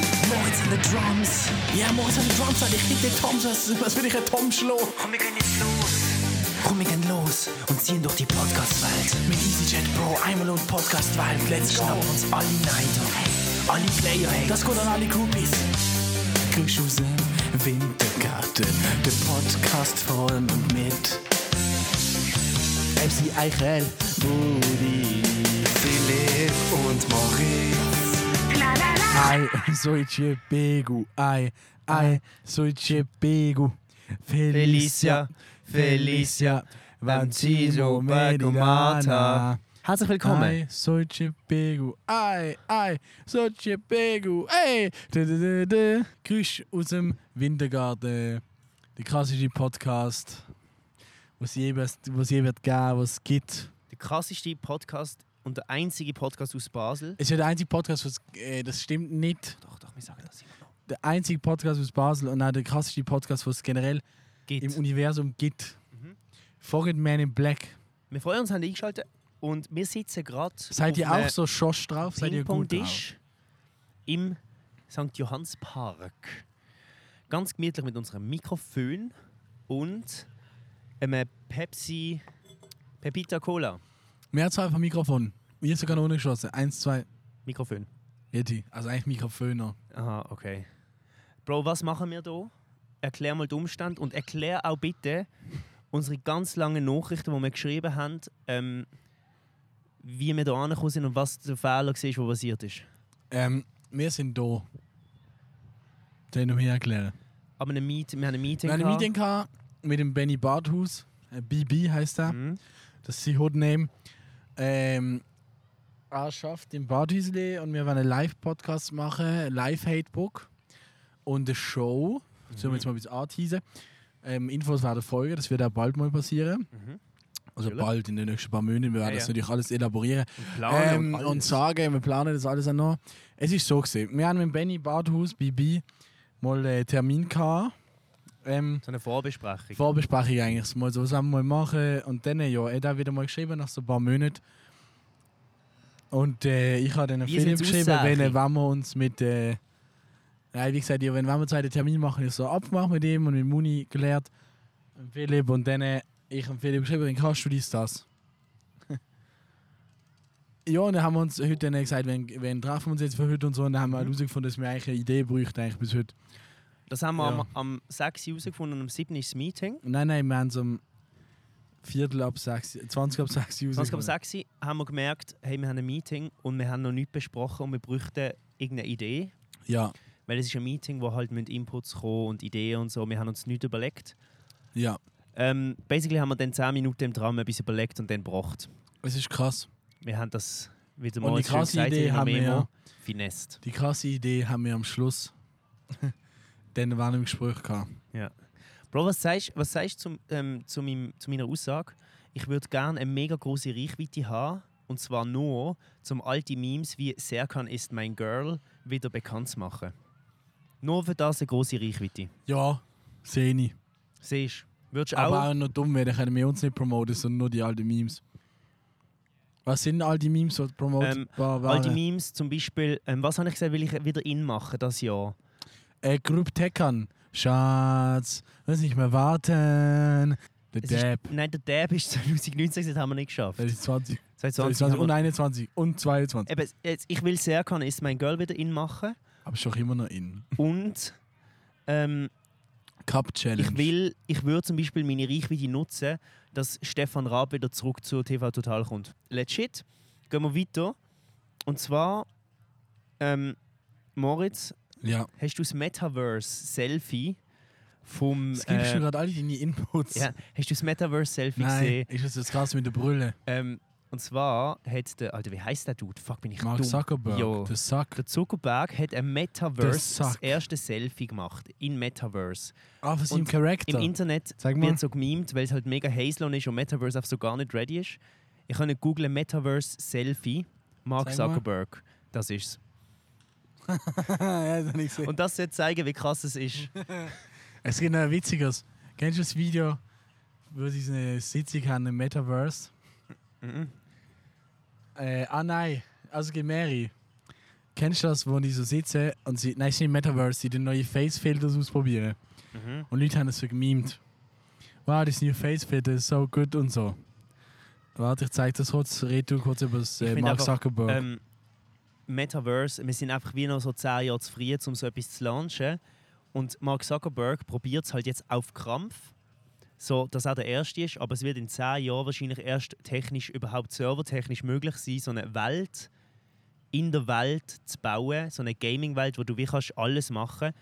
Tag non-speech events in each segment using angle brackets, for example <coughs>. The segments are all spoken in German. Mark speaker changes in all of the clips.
Speaker 1: an den Drums. Ja, Mord an den Drums, Alter. Ich krieg den Tom, was, was will ich einen Tom schlagen?
Speaker 2: Komm, wir gehen jetzt los.
Speaker 1: Komm, wir gehen los und ziehen durch die Podcast-Welt. Mit EasyJet Pro, einmal und Podcast-Welt. Let's schnappen uns alle Neider. Alle Player, hey. Das geht an alle Groupies. Grüß raus im Wintergarten. Der Podcast von und mit. MC Eichel, Budi, Philipp und Moritz.
Speaker 3: Ai, soice pegu, ai, ai, soice pegu. Felicia, Felicia, Vanzino, Medomata.
Speaker 4: Herzlich
Speaker 3: Ai,
Speaker 4: willkommen.
Speaker 3: soice pegu, ai, ai, soice pegu, ey. Du, du, du, du. Grüß aus dem Wintergarten. Der krasseste Podcast, was je, was was je wird geben, was es gibt.
Speaker 4: Der krasseste Podcast und der einzige Podcast aus Basel.
Speaker 3: Es ist ja der einzige Podcast, was, äh, das stimmt nicht.
Speaker 4: Doch, doch, wir sagen das immer noch.
Speaker 3: Der einzige Podcast aus Basel und auch der krasseste Podcast, was es generell im
Speaker 4: Geht. Mhm.
Speaker 3: Universum gibt. Vorhin Man in Black.
Speaker 4: Wir freuen uns, haben ihr eingeschaltet und wir sitzen gerade
Speaker 3: Seid ihr auch so schosch drauf? Seid ihr gut drauf?
Speaker 4: Ping-Pong-Tisch im St. Johanns Park. Ganz gemütlich mit unserem Mikrofon und einem Pepsi Pepita Cola
Speaker 3: Mehr als einfach Mikrofon. Hier ist sogar noch geschossen. Eins, zwei,
Speaker 4: Mikrofon.
Speaker 3: Yeti. Also eigentlich Mikroföner.
Speaker 4: Aha, okay. Bro, was machen wir da? Erklär mal den Umstand und erklär auch bitte unsere ganz langen Nachrichten, die wir geschrieben haben, ähm, wie wir da angekommen sind und was der Fehler war, der passiert ist.
Speaker 3: Ähm, wir sind da. Den noch hier erklären.
Speaker 4: Aber eine Meet, wir haben ein Meeting.
Speaker 3: Wir hatten ein
Speaker 4: gehabt.
Speaker 3: Meeting gehabt mit dem Benny Barthus. Äh, BB heißt er.
Speaker 4: Mhm.
Speaker 3: Das ist sein Codename. Ähm, er schafft im Badhäusle und wir werden einen Live-Podcast machen, ein Live-Hatebook und eine Show.
Speaker 4: Mhm.
Speaker 3: Das sollen wir jetzt mal ein bisschen anteasen. Ähm, Infos werden folgen, das wird auch bald mal passieren.
Speaker 4: Mhm.
Speaker 3: Also
Speaker 4: Natürlich.
Speaker 3: bald in den nächsten paar Monaten. Wir werden
Speaker 4: Ja,
Speaker 3: das
Speaker 4: ja.
Speaker 3: natürlich alles elaborieren
Speaker 4: Planen
Speaker 3: ähm, und,
Speaker 4: alles.
Speaker 3: sagen, wir planen das alles auch noch. Es ist so gesehen. Wir haben mit Benny Barthus, BB, mal einen Termin gehabt. Ähm,
Speaker 4: So eine Vorbesprechung.
Speaker 3: Vorbesprechung eigentlich mal so, was wir mal machen. Und dann, ja, er hat wieder mal geschrieben nach so ein paar Monaten. Und äh, ich habe dann
Speaker 4: Wie
Speaker 3: Philipp
Speaker 4: sind's
Speaker 3: geschrieben,
Speaker 4: aussagen?
Speaker 3: wenn, wenn wir uns mit. Äh, nein, wie gesagt, ja, wenn, wenn wir zwei den Termin machen, ist so abgemacht mit ihm und mit Muni gelehrt. Und Philipp und dann, äh, ich und Philipp geschrieben, dann kannst du dies, das. <laughs> ja, und dann haben wir uns heute dann gesagt, wenn, wenn treffen wir uns jetzt für heute und so. Und dann haben wir
Speaker 4: Mhm.
Speaker 3: herausgefunden, dass wir eigentlich eine Idee bräuchten, eigentlich bis heute.
Speaker 4: Das haben wir
Speaker 3: Ja.
Speaker 4: am, am 6. Uhr herausgefunden und am 7. ist das Meeting.
Speaker 3: Nein, nein, wir haben so um Viertel ab sechs, 20 ab sechs Uhr.
Speaker 4: 20 ab 6 Uhr haben wir gemerkt, hey, wir haben ein Meeting und wir haben noch nichts besprochen und wir bräuchten irgendeine Idee.
Speaker 3: Ja,
Speaker 4: Weil es ist ein Meeting, wo halt mit Inputs kommen und Ideen und so. Wir haben uns nichts überlegt.
Speaker 3: ja.
Speaker 4: Ähm, basically haben wir dann 10 Minuten im Traum etwas überlegt und dann gebracht.
Speaker 3: Es ist krass. Wir
Speaker 4: Wir haben das wieder
Speaker 3: Und
Speaker 4: mal
Speaker 3: die
Speaker 4: schön
Speaker 3: krasse
Speaker 4: gesagt in
Speaker 3: Idee
Speaker 4: der
Speaker 3: haben wir
Speaker 4: Memo.
Speaker 3: ja.
Speaker 4: Finest.
Speaker 3: Die krasse Idee haben wir am
Speaker 4: <laughs>
Speaker 3: Schluss. Dann waren im Gespräch gehabt.
Speaker 4: Bro, was sagst du was sagst zum, ähm, zu, meinem, zu meiner Aussage? Ich würde gerne eine mega große Reichweite haben. Und zwar nur, um alte Memes wie Serkan ist mein Girl wieder bekannt zu machen. Nur für das eine große Reichweite.
Speaker 3: Ja, sehe ich.
Speaker 4: Siehst du? Würdest du
Speaker 3: Aber
Speaker 4: auch.
Speaker 3: auch noch dumm werden, können wir uns nicht promoten, sondern nur die alten Memes. Was sind all die Memes, die promotet
Speaker 4: Ähm,
Speaker 3: waren?
Speaker 4: Alte Memes, zum Beispiel, ähm, was habe ich gesagt, will ich wieder in machen das Jahr?
Speaker 3: Äh, Group Tekkern. Schatz, muss nicht mehr warten. Der
Speaker 4: Es ist-
Speaker 3: Depp.
Speaker 4: Nein, der Dab ist <laughs> 2019, das haben wir nicht geschafft.
Speaker 3: Das ist 20,
Speaker 4: 2020
Speaker 3: 20
Speaker 4: haben
Speaker 3: und
Speaker 4: wir,
Speaker 3: 21 und 22.
Speaker 4: eben, jetzt, ich will sehr kann, ist mein Girl wieder in machen.
Speaker 3: Aber ist doch immer noch in.
Speaker 4: Und ähm,
Speaker 3: Cup Challenge.
Speaker 4: ich will, ich würde zum Beispiel meine Reichweite nutzen, dass Stefan Raab wieder zurück zu TV Total kommt. Legit. Gehen wir weiter. Und zwar, ähm, Moritz,
Speaker 3: Ja.
Speaker 4: hast du das Metaverse-Selfie vom.
Speaker 3: Es gibt
Speaker 4: äh,
Speaker 3: schon gerade alle deine Inputs.
Speaker 4: ja, hast du das Metaverse-Selfie
Speaker 3: Nein,
Speaker 4: gesehen?
Speaker 3: ist das das krass mit der Brille?
Speaker 4: Ähm, und zwar hat der. Alter, wie heißt der Dude? Fuck, bin ich
Speaker 3: Mark
Speaker 4: dumm.
Speaker 3: Zuckerberg,
Speaker 4: Jo.
Speaker 3: der Sack.
Speaker 4: Der Zuckerberg hat ein Metaverse
Speaker 3: Der
Speaker 4: das
Speaker 3: Sack.
Speaker 4: erste Selfie gemacht. In Metaverse.
Speaker 3: Ah, von seinem
Speaker 4: Und
Speaker 3: Charakter.
Speaker 4: Im Internet
Speaker 3: Sag mal.
Speaker 4: wird so gemimt, weil es halt mega Hazelon ist und Metaverse einfach so gar nicht ready ist. Ich kann googlen Metaverse Selfie. Mark
Speaker 3: Sag mal.
Speaker 4: Zuckerberg. Das ist's.
Speaker 3: <laughs> ja, das hab ich gesehen.
Speaker 4: Und das soll zeigen, wie krass es ist.
Speaker 3: es gibt noch ein witziges. Kennst du das Video, wo sie so eine Sitzung haben im Metaverse?
Speaker 4: Mhm.
Speaker 3: Äh, ah nein, also es gibt mehrere. Kennst du das, wo die so sitzen und sie, nein, es ist nicht Metaverse, sie den neuen Face-Filters ausprobieren?
Speaker 4: Mhm.
Speaker 3: Und Leute haben es so gemimt. Wow, das neue Face-Filter ist so gut und so. Warte, ich zeig das kurz, red du kurz über das
Speaker 4: Ich
Speaker 3: äh,
Speaker 4: find
Speaker 3: Mark
Speaker 4: einfach,
Speaker 3: Zuckerberg.
Speaker 4: Ähm, Metaverse, wir sind einfach wie noch so zehn Jahre zu früh, um so etwas zu launchen. Und Mark Zuckerberg probiert es halt jetzt auf Krampf, so dass er der Erste ist, aber es wird in zehn Jahren wahrscheinlich erst technisch, überhaupt servertechnisch möglich sein, so eine Welt in der Welt zu bauen, so eine Gaming-Welt, wo du wie kannst alles machen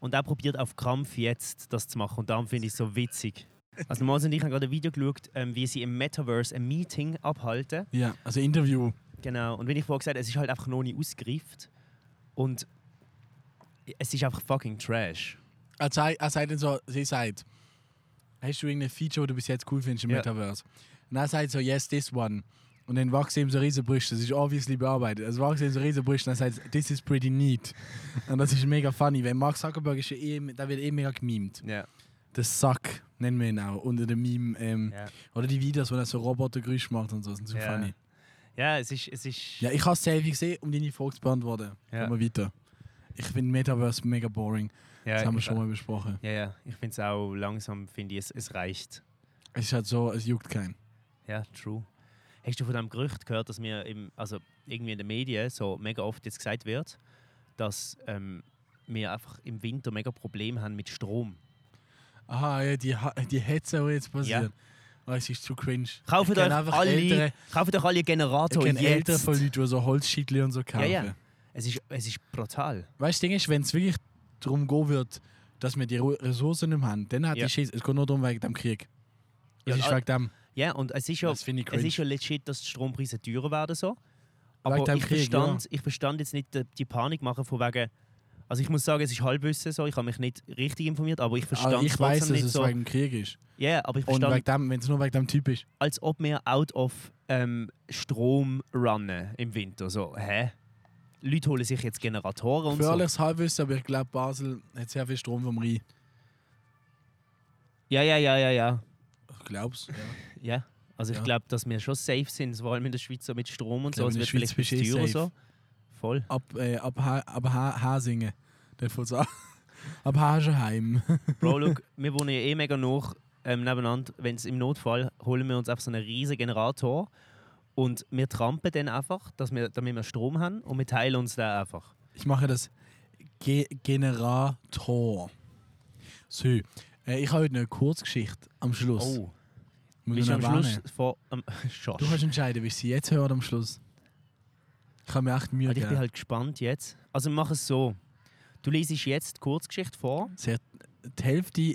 Speaker 4: Und er probiert auf Krampf jetzt das zu machen und darum finde ich es so witzig. Also Mose und ich haben gerade ein Video geschaut, ähm, wie sie im Metaverse ein Meeting abhalten.
Speaker 3: ja, also Interview.
Speaker 4: Genau, und wie ich vorhin gesagt habe, es ist halt einfach noch nie ausgereift. Und es ist einfach fucking Trash.
Speaker 3: Er, zei- er sagt dann so, sie sagt, hast du irgendein Feature, das du bis jetzt cool findest im
Speaker 4: Ja.
Speaker 3: Metaverse? Und er sagt so, yes, this one. Und dann wachsen ihm so riesen Brüste, das ist obviously bearbeitet. Also wachsen ihm so riesen Brüste und er sagt, this is pretty
Speaker 4: <laughs>
Speaker 3: neat. und das ist mega funny, weil Mark Zuckerberg ist ja eh, da wird eh mega gemimt.
Speaker 4: Ja.
Speaker 3: Der Sack, nennen wir ihn auch, unter dem Meme. Ähm,
Speaker 4: Ja,
Speaker 3: Oder die Videos, wo er so Robotergrüße macht und so, sind so
Speaker 4: Ja.
Speaker 3: funny.
Speaker 4: ja es ist. Es ist
Speaker 3: Ja, ich habe das Selfie gesehen, um deine Frage zu beantworten.
Speaker 4: Ja.
Speaker 3: Kommen wir weiter. Ich finde Metaverse mega boring.
Speaker 4: ja,
Speaker 3: Das haben wir
Speaker 4: ich-
Speaker 3: schon mal besprochen.
Speaker 4: Ja, ja, ich finde es auch langsam, finde ich, es, es reicht.
Speaker 3: Es ist halt so, es juckt keinen.
Speaker 4: Ja, true. Hast du von dem Gerücht gehört, dass mir im, also irgendwie in den Medien so mega oft jetzt gesagt wird, dass ähm, wir einfach im Winter mega Probleme haben mit Strom?
Speaker 3: Aha, ja, die, Ha- die Hetze, die jetzt passiert.
Speaker 4: Ja.
Speaker 3: Oh, es ist zu cringe.
Speaker 4: Kauft
Speaker 3: Ich kenn
Speaker 4: euch
Speaker 3: einfach
Speaker 4: alle,
Speaker 3: Ältere-
Speaker 4: kauft euch alle
Speaker 3: Ich
Speaker 4: Generator
Speaker 3: kenne Eltern
Speaker 4: jetzt.
Speaker 3: von Leuten, die so Holzschiedli und so kaufen.
Speaker 4: ja. Es ist, es ist brutal.
Speaker 3: Weißt du, das Ding ist, wenn es wirklich darum gehen wird, dass wir die Ru- Ressourcen nicht mehr haben, dann hat
Speaker 4: Ja.
Speaker 3: die Scheiße. Es geht nur darum wegen dem Krieg. Es
Speaker 4: Ja,
Speaker 3: ist
Speaker 4: all-
Speaker 3: wegen dem.
Speaker 4: Ja, und es ist ja,
Speaker 3: Das finde ich
Speaker 4: es
Speaker 3: cringe.
Speaker 4: ist ja legit, dass die Strompreise teurer werden so. Aber
Speaker 3: dem
Speaker 4: ich,
Speaker 3: Krieg,
Speaker 4: verstand, ich verstand jetzt nicht die, die Panik machen von wegen. Also ich muss sagen, es ist Halbwissen so. Ich habe mich nicht richtig informiert, aber ich verstand
Speaker 3: Aber Ah, ich
Speaker 4: trotzdem
Speaker 3: weiß, dass
Speaker 4: nicht
Speaker 3: es
Speaker 4: so.
Speaker 3: wegen dem Krieg ist.
Speaker 4: Ja, aber ich
Speaker 3: Und
Speaker 4: verstand,
Speaker 3: wegen dem, wenn es nur wegen dem Typ ist.
Speaker 4: als ob wir out of ähm, Strom runnen im Winter so. Hä? Leute holen sich jetzt Generatoren und so.
Speaker 3: Gefährliches Halbwissen, aber ich glaube, Basel hat sehr viel Strom vom Rhein.
Speaker 4: Ja, ja, ja, ja, ja.
Speaker 3: Du glaubst? Ja.
Speaker 4: Ja. Also ich
Speaker 3: Ja.
Speaker 4: glaube, dass wir schon safe sind, vor allem in der Schweiz so mit Strom und
Speaker 3: Ich
Speaker 4: so.
Speaker 3: glaub,
Speaker 4: Es
Speaker 3: in
Speaker 4: wird
Speaker 3: der Schweiz
Speaker 4: vielleicht
Speaker 3: bist du eh
Speaker 4: teurer so.
Speaker 3: safe.
Speaker 4: Voll.
Speaker 3: Ab, äh, ab, ha ab ha Hasingen. Der von <laughs> Ab Hasenheim.
Speaker 4: Bro, look, wir wohnen ja eh mega nach ähm, nebeneinander. Wenn es im Notfall, holen wir uns einfach so einen riesen Generator und wir trampen den einfach, dass wir, damit wir Strom haben und wir teilen uns den einfach.
Speaker 3: Ich mache das Ge Generator. So, äh, ich habe heute eine Kurzgeschichte am Schluss.
Speaker 4: Oh,
Speaker 3: Muss ich
Speaker 4: bist du
Speaker 3: noch
Speaker 4: am
Speaker 3: erwähnen?
Speaker 4: Schluss vor... am- <laughs>
Speaker 3: Du
Speaker 4: Schosch.
Speaker 3: kannst entscheiden, willst du sie jetzt hören oder am Schluss? Ich habe mir echt Mühe
Speaker 4: Alter, ich bin
Speaker 3: gegeben.
Speaker 4: halt gespannt jetzt. Also wir machen es so. Du liest jetzt die Kurzgeschichte vor.
Speaker 3: Sehr, die Hälfte...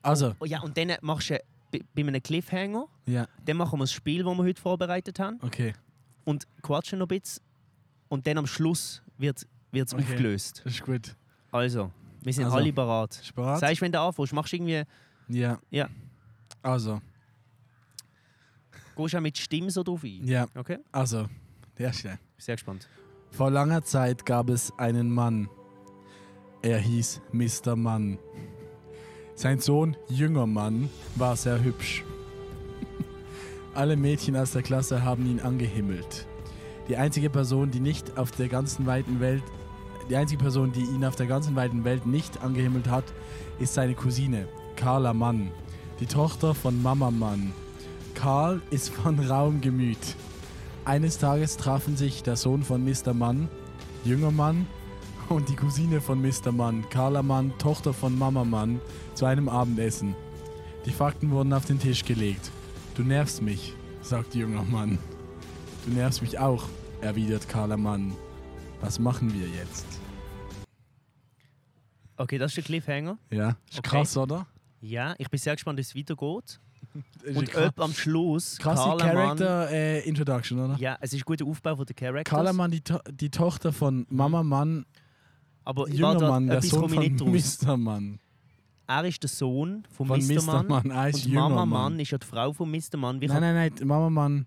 Speaker 3: Also,
Speaker 4: Oh ja, und dann machst du äh, bei, bei einem Cliffhanger,
Speaker 3: ja,
Speaker 4: dann machen wir das Spiel, das wir heute vorbereitet haben
Speaker 3: okay.
Speaker 4: und quatschen noch ein bisschen. Und dann am Schluss wird es
Speaker 3: Okay.
Speaker 4: aufgelöst.
Speaker 3: Das ist gut.
Speaker 4: Also, wir sind
Speaker 3: Also.
Speaker 4: alle bereit.
Speaker 3: Bist du bereit?
Speaker 4: Sagst wenn du anfängst, machst du irgendwie,
Speaker 3: Ja.
Speaker 4: Ja.
Speaker 3: Also,
Speaker 4: gehst du auch mit Stimme so drauf ein?
Speaker 3: ja,
Speaker 4: Okay?
Speaker 3: also, der erste.
Speaker 4: Sehr gespannt.
Speaker 3: Vor langer Zeit gab es einen Mann. Er hieß Mr. Mann. Sein Sohn, jünger Mann, war sehr hübsch. Alle Mädchen aus der Klasse haben ihn angehimmelt. Die einzige Person, die nicht auf der ganzen weiten Welt, die einzige Person, die ihn auf der ganzen weiten Welt nicht angehimmelt hat, ist seine Cousine, Carla Mann, die Tochter von Mama Mann. Karl ist von rauem Gemüt. Eines Tages trafen sich der Sohn von Mr. Mann, jünger Mann, und die Cousine von Mr. Mann, Carla Mann, Tochter von Mama Mann, zu einem Abendessen. Die Fakten wurden auf den Tisch gelegt. Du nervst mich, sagt junger Mann. Du nervst mich auch, erwidert Carla Mann. Was machen wir jetzt?
Speaker 4: Okay, das ist der Cliffhanger.
Speaker 3: Ja, ist
Speaker 4: Okay.
Speaker 3: krass, oder?
Speaker 4: Ja, ich bin sehr gespannt, wie es weitergeht.
Speaker 3: Ist
Speaker 4: Und
Speaker 3: krass,
Speaker 4: ob am Schluss
Speaker 3: krasse
Speaker 4: Carla Mann,
Speaker 3: Character äh, Introduction, oder?
Speaker 4: Ja, es ist ein guter Aufbau von der Characters.
Speaker 3: Carla Mann, die, To die Tochter von Mama Mann,
Speaker 4: aber ich
Speaker 3: jünger Mann, der
Speaker 4: etwas
Speaker 3: Sohn
Speaker 4: komme ich
Speaker 3: von
Speaker 4: nicht raus.
Speaker 3: Mr. Mann.
Speaker 4: Er ist der Sohn von,
Speaker 3: Von
Speaker 4: Mr. Mann.
Speaker 3: er ist
Speaker 4: Und
Speaker 3: jünger
Speaker 4: Mama
Speaker 3: Mann.
Speaker 4: Mann ist ja die Frau von Mr. Mann. Wie
Speaker 3: Nein,
Speaker 4: kann-
Speaker 3: nein, nein, die Mama Mann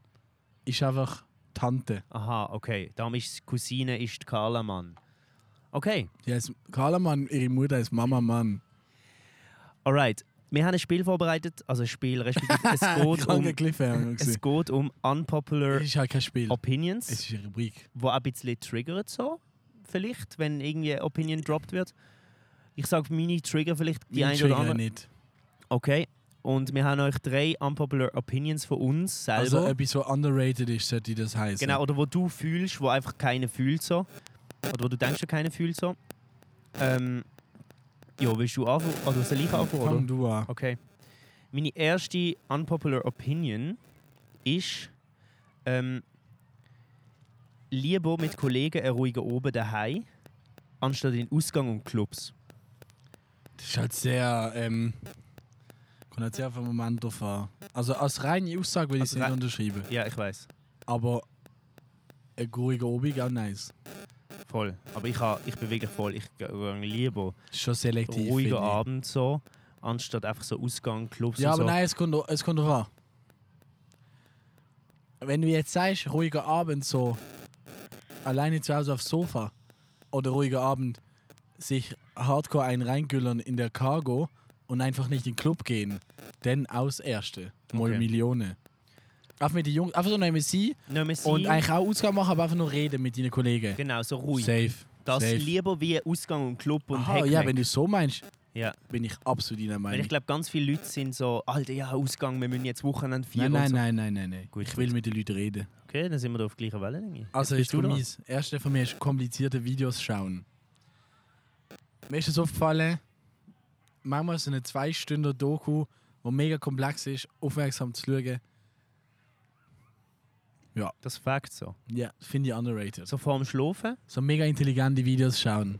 Speaker 3: ist einfach Tante.
Speaker 4: Aha, okay. Darum ist die Cousine ist die Carla Mann. Okay,
Speaker 3: Die heißt Carla Mann, ihre Mutter heißt Mama
Speaker 4: <laughs>
Speaker 3: Mann.
Speaker 4: alright. Wir haben ein Spiel vorbereitet, also ein Spiel, respektive
Speaker 3: <laughs>
Speaker 4: es geht
Speaker 3: Kranke
Speaker 4: um,
Speaker 3: Cliffhanger.
Speaker 4: es
Speaker 3: gewesen.
Speaker 4: geht um
Speaker 3: Es
Speaker 4: unpopular
Speaker 3: ist halt kein Spiel.
Speaker 4: Opinions.
Speaker 3: Es ist eine Rubrik.
Speaker 4: wo auch ein bisschen triggert so. vielleicht, wenn irgendwie eine Opinion dropped wird. Ich sage meine Trigger vielleicht die
Speaker 3: Mein
Speaker 4: eine oder
Speaker 3: Trigger
Speaker 4: andere.
Speaker 3: nicht.
Speaker 4: Okay. Und wir haben euch drei unpopular Opinions von uns selber.
Speaker 3: Also, etwas, was underrated ist, sollte das heißen.
Speaker 4: Genau, oder wo du fühlst, wo einfach keiner fühlt so. Oder wo du denkst, dass keiner fühlt so. Ähm, ja, willst du anfangen? Oder soll ich anfangen?
Speaker 3: Fang
Speaker 4: Oder?
Speaker 3: du an.
Speaker 4: Okay. Meine erste unpopular Opinion ist, ähm, lieber mit Kollegen einen ruhigen Oben daheim, anstatt in Ausgang und Clubs.
Speaker 3: Das ist halt sehr. Ähm, kommt halt sehr auf den Moment drauf an. Also, als reine Aussage würde ich
Speaker 4: Als
Speaker 3: es nicht
Speaker 4: rei-
Speaker 3: unterschreiben.
Speaker 4: Ja, ich weiß.
Speaker 3: Aber ein guriger Obi auch nice.
Speaker 4: Voll. Aber ich, ha, ich bin wirklich voll. Ich gehe lieber
Speaker 3: Das ist schon selektiv. finde
Speaker 4: ruhiger
Speaker 3: ich.
Speaker 4: Abend so, anstatt einfach so Ausgang, Clubs
Speaker 3: Ja,
Speaker 4: und
Speaker 3: aber
Speaker 4: so.
Speaker 3: nein, es kommt, es kommt drauf an. Wenn du jetzt sagst, ruhiger Abend so, alleine zu Hause aufs Sofa oder ruhiger Abend, sich hardcore einen reingüllern in der Cargo und einfach nicht in den Club gehen, dann aus Erste. Mal
Speaker 4: Okay.
Speaker 3: Millionen. Einfach mit den Jungs, einfach so eine MSI
Speaker 4: Nein, wir sind-
Speaker 3: und eigentlich auch Ausgang machen, aber einfach nur reden mit deinen Kollegen.
Speaker 4: Genau, so ruhig.
Speaker 3: Safe.
Speaker 4: Das
Speaker 3: Safe.
Speaker 4: lieber wie Ausgang und Club und
Speaker 3: Aha,
Speaker 4: Heckmeck.
Speaker 3: ja, wenn du es so meinst,
Speaker 4: Ja.
Speaker 3: bin ich absolut deiner
Speaker 4: Weil
Speaker 3: Meinung.
Speaker 4: ich glaube, ganz viele Leute sind so, Alter, ja, Ausgang, wir müssen jetzt Wochenende
Speaker 3: Nein,
Speaker 4: feiern. und
Speaker 3: nein,
Speaker 4: so.
Speaker 3: nein, nein, nein, nein.
Speaker 4: Gut,
Speaker 3: ich will
Speaker 4: gut.
Speaker 3: mit den Leuten reden.
Speaker 4: Okay, dann sind wir da auf gleicher Welle, denke ich.
Speaker 3: Also
Speaker 4: Jetzt
Speaker 3: ist du
Speaker 4: dran.
Speaker 3: meins. Das erste von mir ist komplizierte Videos schauen. Mir ist es aufgefallen, manchmal so eine zwei Stunden Doku, die mega komplex ist, aufmerksam zu schauen.
Speaker 4: Das ist Fakt so.
Speaker 3: Ja, finde ich underrated.
Speaker 4: So vor dem Schlafen?
Speaker 3: So mega intelligente Videos schauen.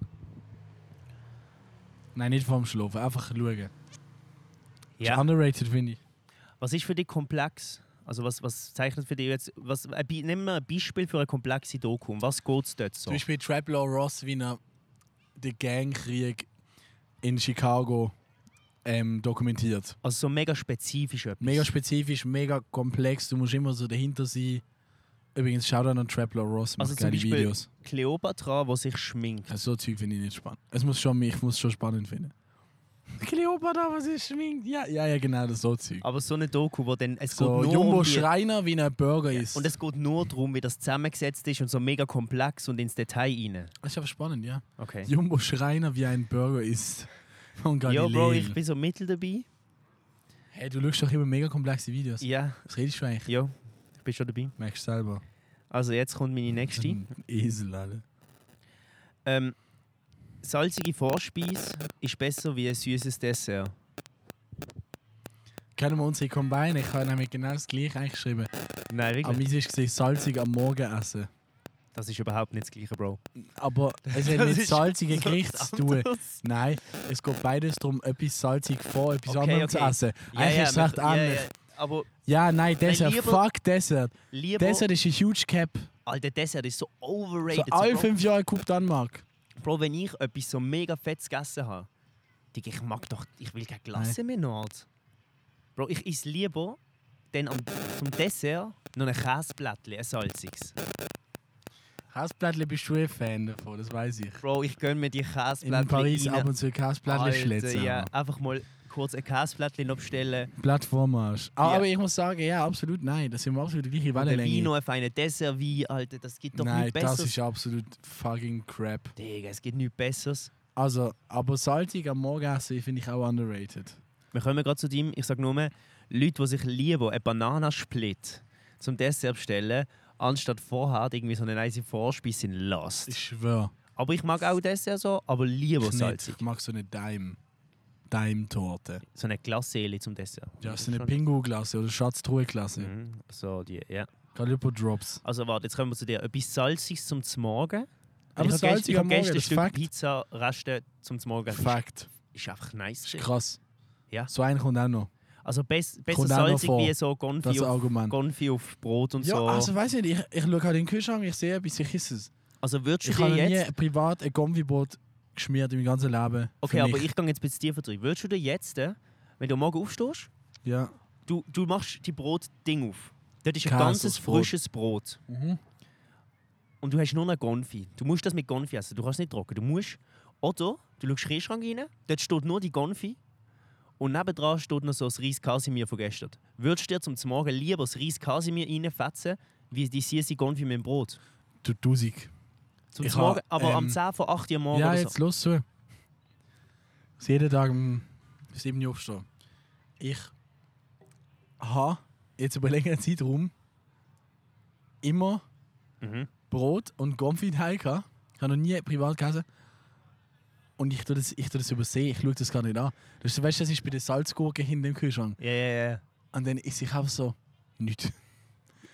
Speaker 3: Nein, nicht vorm Schlafen, einfach schauen. Ist underrated, finde ich.
Speaker 4: Was ist für dich komplex? Also was, was zeichnet für dich jetzt, was, ein, Bi- nimm mal ein Beispiel für eine komplexe Doku. Um was geht es dort so?
Speaker 3: Zum Beispiel Trap Law Ross, wie er den Gangkrieg in Chicago ähm, dokumentiert.
Speaker 4: Also so mega spezifisch etwas.
Speaker 3: Mega spezifisch, mega komplex, du musst immer so dahinter sein. Übrigens, Shoutout an Trapler Ross, macht
Speaker 4: Also zum
Speaker 3: geile
Speaker 4: Beispiel-
Speaker 3: Videos.
Speaker 4: Cleopatra, die sich schminkt.
Speaker 3: Also so Zeug finde ich nicht spannend. Es muss schon, ich muss schon spannend finden. Kleopatra, was ist schminkt? Ja, ja, ja, genau, das so Zeug.
Speaker 4: Aber so eine Doku, wo dann, es
Speaker 3: So,
Speaker 4: geht nur
Speaker 3: Jumbo
Speaker 4: um die,
Speaker 3: Schreiner, wie ein Burger ist.
Speaker 4: Und es geht nur darum, wie das zusammengesetzt ist und so mega komplex und ins Detail rein.
Speaker 3: das ist aber spannend, ja.
Speaker 4: Okay.
Speaker 3: Jumbo Schreiner, wie ein Burger ist. <laughs> Von
Speaker 4: Ja,
Speaker 3: Galileo.
Speaker 4: Bro, ich bin so mittel dabei.
Speaker 3: hey, du schaust doch immer mega komplexe Videos.
Speaker 4: Ja,
Speaker 3: Was redest du eigentlich?
Speaker 4: ja, ich bin schon dabei.
Speaker 3: Merkst du selber.
Speaker 4: Also jetzt kommt meine
Speaker 3: Das ist
Speaker 4: nächste.
Speaker 3: ein Esel, Alter.
Speaker 4: Ähm, salzige Vorspeise ist besser wie ein süßes Dessert.
Speaker 3: Können wir unsere Combine? Ich habe nämlich genau das gleiche eingeschrieben.
Speaker 4: Nein,
Speaker 3: Am
Speaker 4: wirklich.
Speaker 3: meins ist gesehen, salzig am Morgen essen.
Speaker 4: Das ist überhaupt nicht das gleiche, Bro. <laughs>
Speaker 3: Aber es
Speaker 4: Das
Speaker 3: hat mit
Speaker 4: ist
Speaker 3: salzigen
Speaker 4: so
Speaker 3: Gerichten zu tun.
Speaker 4: anderes.
Speaker 3: Nein, es geht beides darum, etwas salzig vor etwas
Speaker 4: Okay,
Speaker 3: anderem
Speaker 4: okay.
Speaker 3: zu essen. Eigentlich ist es recht
Speaker 4: mit- ja,
Speaker 3: ähnlich.
Speaker 4: ja. Aber
Speaker 3: Ja, nein, Dessert.
Speaker 4: lieber-
Speaker 3: Fuck Dessert.
Speaker 4: lieber.
Speaker 3: Dessert ist ein huge Cap.
Speaker 4: Alter, Dessert ist so
Speaker 3: So
Speaker 4: overrated.
Speaker 3: alle
Speaker 4: Bro,
Speaker 3: fünf Jahre Coupe Danmark.
Speaker 4: Bro, wenn ich etwas so mega fettes gegessen habe, Digga, ich mag doch. Ich will keine Glasse mehr noch. Bro, ich is lieber dann am, zum Dessert noch ein Käseblättchen, ein salziges.
Speaker 3: Käseblättchen bist du ein Fan davon, das weiß ich.
Speaker 4: Bro, ich gönn mir die
Speaker 3: In
Speaker 4: Käseblättchen.
Speaker 3: Paris
Speaker 4: rein.
Speaker 3: ab und zu Käseblättchen
Speaker 4: Alter,
Speaker 3: schlitzen.
Speaker 4: Ja,
Speaker 3: Ja.
Speaker 4: einfach mal kurz ein Käseblättchen noch bestellen.
Speaker 3: Plattformarsch. Ah,
Speaker 4: Ja.
Speaker 3: Aber ich muss sagen, ja, absolut nein. Das sind wir absolut die gleiche
Speaker 4: Und ein Wein,
Speaker 3: Wellenlänge.
Speaker 4: noch ein feiner Dessert, wie, Alter, das gibt doch
Speaker 3: Nein,
Speaker 4: nichts
Speaker 3: das
Speaker 4: Besseres.
Speaker 3: ist absolut fucking crap.
Speaker 4: Digga, es gibt nichts Besseres.
Speaker 3: Also, aber salzig am Morgen essen finde ich auch underrated.
Speaker 4: Wir kommen gerade zu dem, ich sage nur, Leute, die sich lieber einen Bananasplit zum Dessert bestellen, anstatt vorher irgendwie so eine nice Vorspeise sind Last.
Speaker 3: Ich schwöre.
Speaker 4: Aber ich mag auch Dessert so, aber lieber
Speaker 3: Ich nicht.
Speaker 4: salzig. Mhm.
Speaker 3: Ich mag so eine Daim. Daim-Torte.
Speaker 4: So eine Glasseele zum Dessert.
Speaker 3: Ja, so eine
Speaker 4: Schon-
Speaker 3: Pingu-Klasse oder Schatztruhe-Klasse.
Speaker 4: Mhm, So, die, ja.
Speaker 3: Calippo-Drops.
Speaker 4: Also warte, jetzt kommen wir zu dir. Etwas Salziges zum Morgen.
Speaker 3: Aber
Speaker 4: ich habe gest-
Speaker 3: salzig
Speaker 4: ich hab
Speaker 3: am Morgen,
Speaker 4: gestern ein
Speaker 3: das
Speaker 4: Stück
Speaker 3: Fakt.
Speaker 4: Pizza-Reste zum Morgen.
Speaker 3: Fakt.
Speaker 4: Ist einfach nice.
Speaker 3: Das ist krass.
Speaker 4: Ja.
Speaker 3: So ein kommt auch noch.
Speaker 4: Also bess, besser
Speaker 3: Kommt auch noch
Speaker 4: salzig
Speaker 3: vor,
Speaker 4: wie so
Speaker 3: Das
Speaker 4: Gonfi
Speaker 3: ist ein
Speaker 4: auf,
Speaker 3: Argument.
Speaker 4: Gonfi auf Brot und
Speaker 3: Ja,
Speaker 4: so.
Speaker 3: also
Speaker 4: Also,
Speaker 3: weiß nicht, ich, ich schaue halt in den Kühlschrank, ich sehe etwas, ich esse es.
Speaker 4: Also würdest du
Speaker 3: Ich
Speaker 4: dir
Speaker 3: habe noch nie
Speaker 4: jetzt...
Speaker 3: privat ein Gombibrot geschmiert in meinem ganzen Leben. Für mich.
Speaker 4: Okay, aber ich gehe jetzt ein bisschen tiefer drin. Würdest du dir jetzt, äh, wenn du morgen aufstehst,
Speaker 3: Ja.
Speaker 4: du, du machst die Brot-Ding auf. Dort ist ein
Speaker 3: Käse
Speaker 4: ganzes
Speaker 3: aufs Brot.
Speaker 4: frisches Brot.
Speaker 3: Mhm.
Speaker 4: Und du hast nur noch Gonfi. Du musst das mit Gonfi essen. Du kannst es nicht trocken. Du musst... Oder du schaust in den Kühlschrank rein, dort steht nur die Gonfi. Und nebendran steht noch so das Reis Casimir von gestern. Würdest du dir zum Morgen lieber das Reis Casimir reinfetzen, wie die süße Gonfi mit dem Brot?
Speaker 3: Du Dusig.
Speaker 4: Zum
Speaker 3: Ich
Speaker 4: Morgen,
Speaker 3: hab,
Speaker 4: aber am
Speaker 3: ähm,
Speaker 4: 10 vor 8 Uhr morgens.
Speaker 3: Ja,
Speaker 4: oder
Speaker 3: jetzt
Speaker 4: so.
Speaker 3: los zu. Muss jeden Tag um 7 Uhr aufstehen. Ich habe jetzt über längeren Zeitraum immer
Speaker 4: Mhm.
Speaker 3: Brot und Gomfi daheim gehabt. Ich habe noch nie privat gegessen. Und ich tue das, ich tu das übersehen, ich schaue das gar nicht an. Das ist, weißt du, das ist bei den Salzgurken hinten im Kühlschrank.
Speaker 4: Ja, ja, ja.
Speaker 3: Und dann ist ich einfach so, nichts.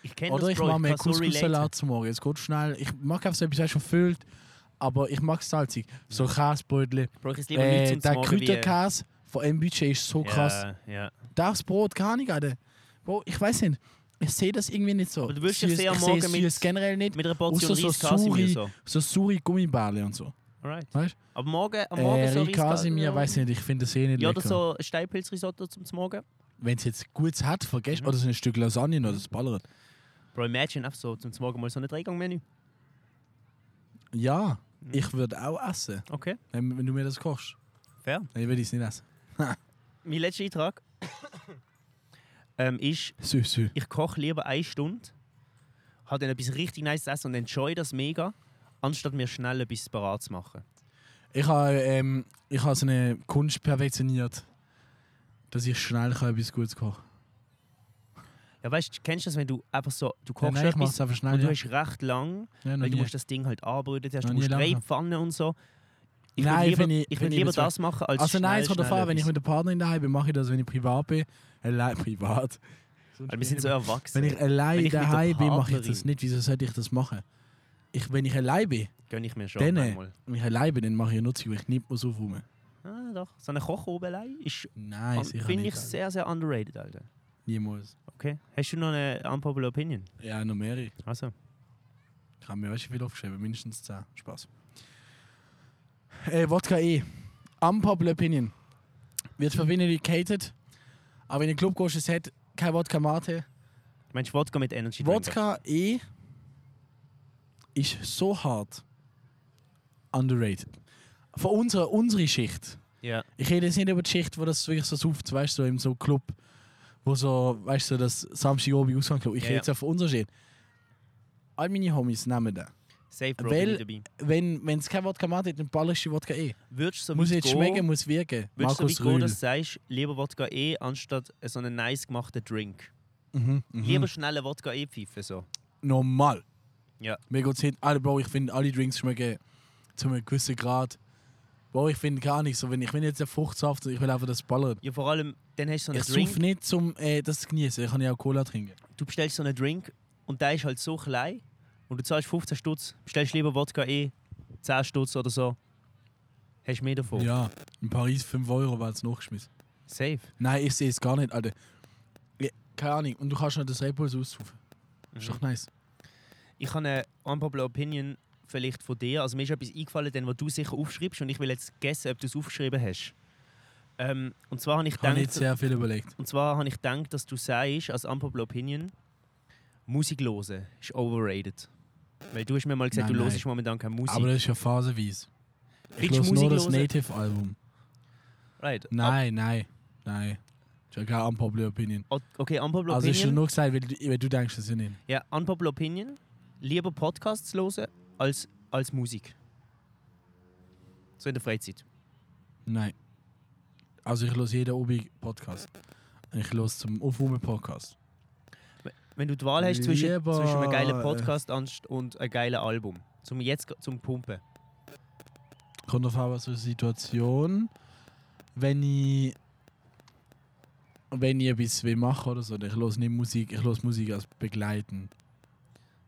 Speaker 4: Ich kenne das
Speaker 3: Oder ich
Speaker 4: Bro,
Speaker 3: mache mir
Speaker 4: kann so relaten.
Speaker 3: Couscous-Salat zum Morgen. Es geht schnell. Ich mag einfach so etwas, was schon füllt, aber ich mag es salzig.
Speaker 4: Mhm.
Speaker 3: So Käsebrötchen.
Speaker 4: Bro, ich esse lieber nichts
Speaker 3: Äh,
Speaker 4: zum
Speaker 3: der
Speaker 4: Morgen wie-
Speaker 3: Kräuterkäse von einem Budget ist so krass.
Speaker 4: Ja, ja.
Speaker 3: Das Brot kann ich nicht. Bro, ich weiß nicht. Ich sehe das irgendwie nicht so.
Speaker 4: Aber du willst dich
Speaker 3: Süß-
Speaker 4: sehr am
Speaker 3: ich sehe
Speaker 4: Morgen mit-
Speaker 3: Süß generell nicht.
Speaker 4: Mit einer Portion
Speaker 3: Ausser so
Speaker 4: Reis Casimir
Speaker 3: Suri.
Speaker 4: so.
Speaker 3: So saure Gummibärle und so.
Speaker 4: Alright.
Speaker 3: Weißt
Speaker 4: Aber morgen, am
Speaker 3: du?
Speaker 4: Morgen
Speaker 3: Äh,
Speaker 4: so
Speaker 3: Reis Casimir,
Speaker 4: Casimir.
Speaker 3: weiß nicht. Ich finde das eh nicht
Speaker 4: Ja, oder
Speaker 3: lecker.
Speaker 4: so ein Steinpilzrisotto zum Morgen.
Speaker 3: Wenn es jetzt Gutes hat, vergesst
Speaker 4: Mhm.
Speaker 3: Oder so ein Stück Lasagne oder das Ballert.
Speaker 4: Bro, imagine einfach so zum Morgen mal so ein Dreigang-Menü.
Speaker 3: Ja,
Speaker 4: Mhm.
Speaker 3: ich würde auch essen,
Speaker 4: Okay,
Speaker 3: wenn, wenn du mir das kochst.
Speaker 4: fair.
Speaker 3: Dann würde ich es nicht essen.
Speaker 4: Mein letzter Eintrag <coughs> ähm, ist,
Speaker 3: Süß, süß.
Speaker 4: ich koche lieber eine Stunde, habe dann etwas richtig nice zu essen und enjoy das mega, anstatt mir schnell etwas parat zu machen.
Speaker 3: Ich habe ähm, ich habe so eine Kunst perfektioniert, dass ich schnell kann, etwas Gutes kochen kann.
Speaker 4: Ja, weißt du, kennst du das, wenn du einfach so, du
Speaker 3: Ja,
Speaker 4: kochst
Speaker 3: nein, ich mache
Speaker 4: etwas
Speaker 3: es einfach schnell.
Speaker 4: und du
Speaker 3: Ja.
Speaker 4: hast recht lang,
Speaker 3: Ja, noch
Speaker 4: weil du
Speaker 3: nie.
Speaker 4: musst das Ding halt anbrüten, du hast-
Speaker 3: Noch
Speaker 4: du
Speaker 3: nie
Speaker 4: musst
Speaker 3: lange.
Speaker 4: Pfanne und so. Ich
Speaker 3: Nein,
Speaker 4: würde lieber,
Speaker 3: finde ich-
Speaker 4: ich
Speaker 3: finde
Speaker 4: würd
Speaker 3: ich
Speaker 4: lieber
Speaker 3: überzeugt.
Speaker 4: das machen, als
Speaker 3: Also
Speaker 4: schnell,
Speaker 3: nein, es kommt
Speaker 4: schnell
Speaker 3: davon an, wenn ich
Speaker 4: etwas.
Speaker 3: mit der Partnerin daheim bin, mache ich das, wenn ich privat bin. Allein <laughs> privat.
Speaker 4: Weil wir sind so erwachsen.
Speaker 3: wenn ich allein
Speaker 4: Wenn ich mit der
Speaker 3: daheim bin, mache ich das
Speaker 4: Partnerin-
Speaker 3: nicht. Wieso sollte ich das machen? Ich, wenn ich allein bin,
Speaker 4: Gönn ich mir schon
Speaker 3: Dann, äh,
Speaker 4: einmal.
Speaker 3: wenn ich allein bin, dann mache ich eine Nutzung, weil ich nicht muss aufräumen.
Speaker 4: Ah, doch. So eine Kochobelei ist,
Speaker 3: Nein, sicher
Speaker 4: finde
Speaker 3: nicht.
Speaker 4: ich, sehr, sehr underrated, Alter.
Speaker 3: Niemals.
Speaker 4: Okay. Hast du noch eine unpopular Opinion?
Speaker 3: Ja, noch mehrere.
Speaker 4: Also.
Speaker 3: Ich habe mir weißt du wie viel aufgeschrieben, mindestens 10. Spaß. Äh, Wodka E. Unpopular Opinion. Wird verwendet, indicated. Aber wenn du in den Club gehst, es hat kein Wodka Mate.
Speaker 4: Meinst du Wodka mit Energy Drink?
Speaker 3: Wodka E ist so hart underrated. Von unserer, unsere Schicht.
Speaker 4: Ja.
Speaker 3: Ich rede jetzt nicht über die Schicht, wo das wirklich so sauft, weißt du, so im so Club, wo so, weißt du, so das Samstagabend Ausgang Club. Ich
Speaker 4: Ja,
Speaker 3: rede
Speaker 4: ja.
Speaker 3: jetzt auf unserer Schicht. All meine Homies nehmen den.
Speaker 4: Safe Bro,
Speaker 3: Weil-
Speaker 4: bin ich dabei.
Speaker 3: Wenn es kein Wodka Mate hat, dann ballerst du Wodka E.
Speaker 4: Würdest du so
Speaker 3: muss
Speaker 4: weit
Speaker 3: jetzt
Speaker 4: gehen,
Speaker 3: schmecken, muss wirken.
Speaker 4: würdest du
Speaker 3: Markus
Speaker 4: so weit gehen,
Speaker 3: Rühl.
Speaker 4: dass du sagst, lieber Wodka E anstatt so einen nice gemachten Drink?
Speaker 3: Mhm, mhm.
Speaker 4: Lieber schnell einen Wodka E pfeifen so.
Speaker 3: normal.
Speaker 4: Ja.
Speaker 3: Mir geht's hin. Alter, Bro, ich finde, alle Drinks schmecken zu einem gewissen Grad. Bro, ich finde gar nicht so. Wenn ich will jetzt einen Fruchtsaft und ich will einfach das ballern.
Speaker 4: Ja, vor allem, dann hast du so einen
Speaker 3: Ich
Speaker 4: Drink,
Speaker 3: suche nicht, zum äh, das zu genießen. Ich kann ja auch Cola trinken.
Speaker 4: du bestellst so einen Drink und der ist halt so klein und du zahlst 15 Stutz, bestellst lieber Wodka E, 10 Stutz oder so. Hast mehr davon.
Speaker 3: Ja, in Paris 5 Euro war es nachgeschmissen.
Speaker 4: Safe.
Speaker 3: Nein, ich sehe es gar nicht, Alter. Ja, keine Ahnung. Und du kannst noch das Red Bulls aussaufen.
Speaker 4: Mhm.
Speaker 3: Ist doch nice.
Speaker 4: Ich habe eine unpopular Opinion vielleicht von dir. Also mir ist etwas eingefallen, denn, was du sicher aufschreibst und ich will jetzt guessen, ob du es aufgeschrieben hast. Ähm, und zwar habe ich
Speaker 3: Ich habe nicht
Speaker 4: gedacht,
Speaker 3: sehr viel überlegt.
Speaker 4: und zwar habe ich gedacht, dass du sagst als unpopular Opinion, Musik hören ist overrated. Weil du hast mir mal gesagt,
Speaker 3: Nein,
Speaker 4: du
Speaker 3: nein.
Speaker 4: hörst momentan keine Musik.
Speaker 3: Aber das ist ja phasenweise. Ich
Speaker 4: Willst du
Speaker 3: höre nur das
Speaker 4: hören?
Speaker 3: Native-Album.
Speaker 4: Right.
Speaker 3: Nein, nein, nein. Das ist ja keine unpopular Opinion.
Speaker 4: Ah, O- Okay, unpopular
Speaker 3: Also ich habe
Speaker 4: Opinion.
Speaker 3: nur gesagt, weil du, weil du denkst, das ist nicht.
Speaker 4: Ja, unpopular Opinion. Lieber Podcasts hören als, als Musik. So in der Freizeit.
Speaker 3: Nein. Also ich höre jeden Obi Podcast. Ich höre zum Aufwärmen Podcast.
Speaker 4: Wenn du die Wahl hast zwischen,
Speaker 3: Lieber,
Speaker 4: zwischen einem geilen
Speaker 3: äh,
Speaker 4: Podcast anst- und einem geilen Album. Zum jetzt g- zum Pumpen.
Speaker 3: Kommt auf einmal so eine Situation, wenn ich wenn ich etwas will machen oder so, dann ich höre nicht Musik, ich höre Musik als begleiten.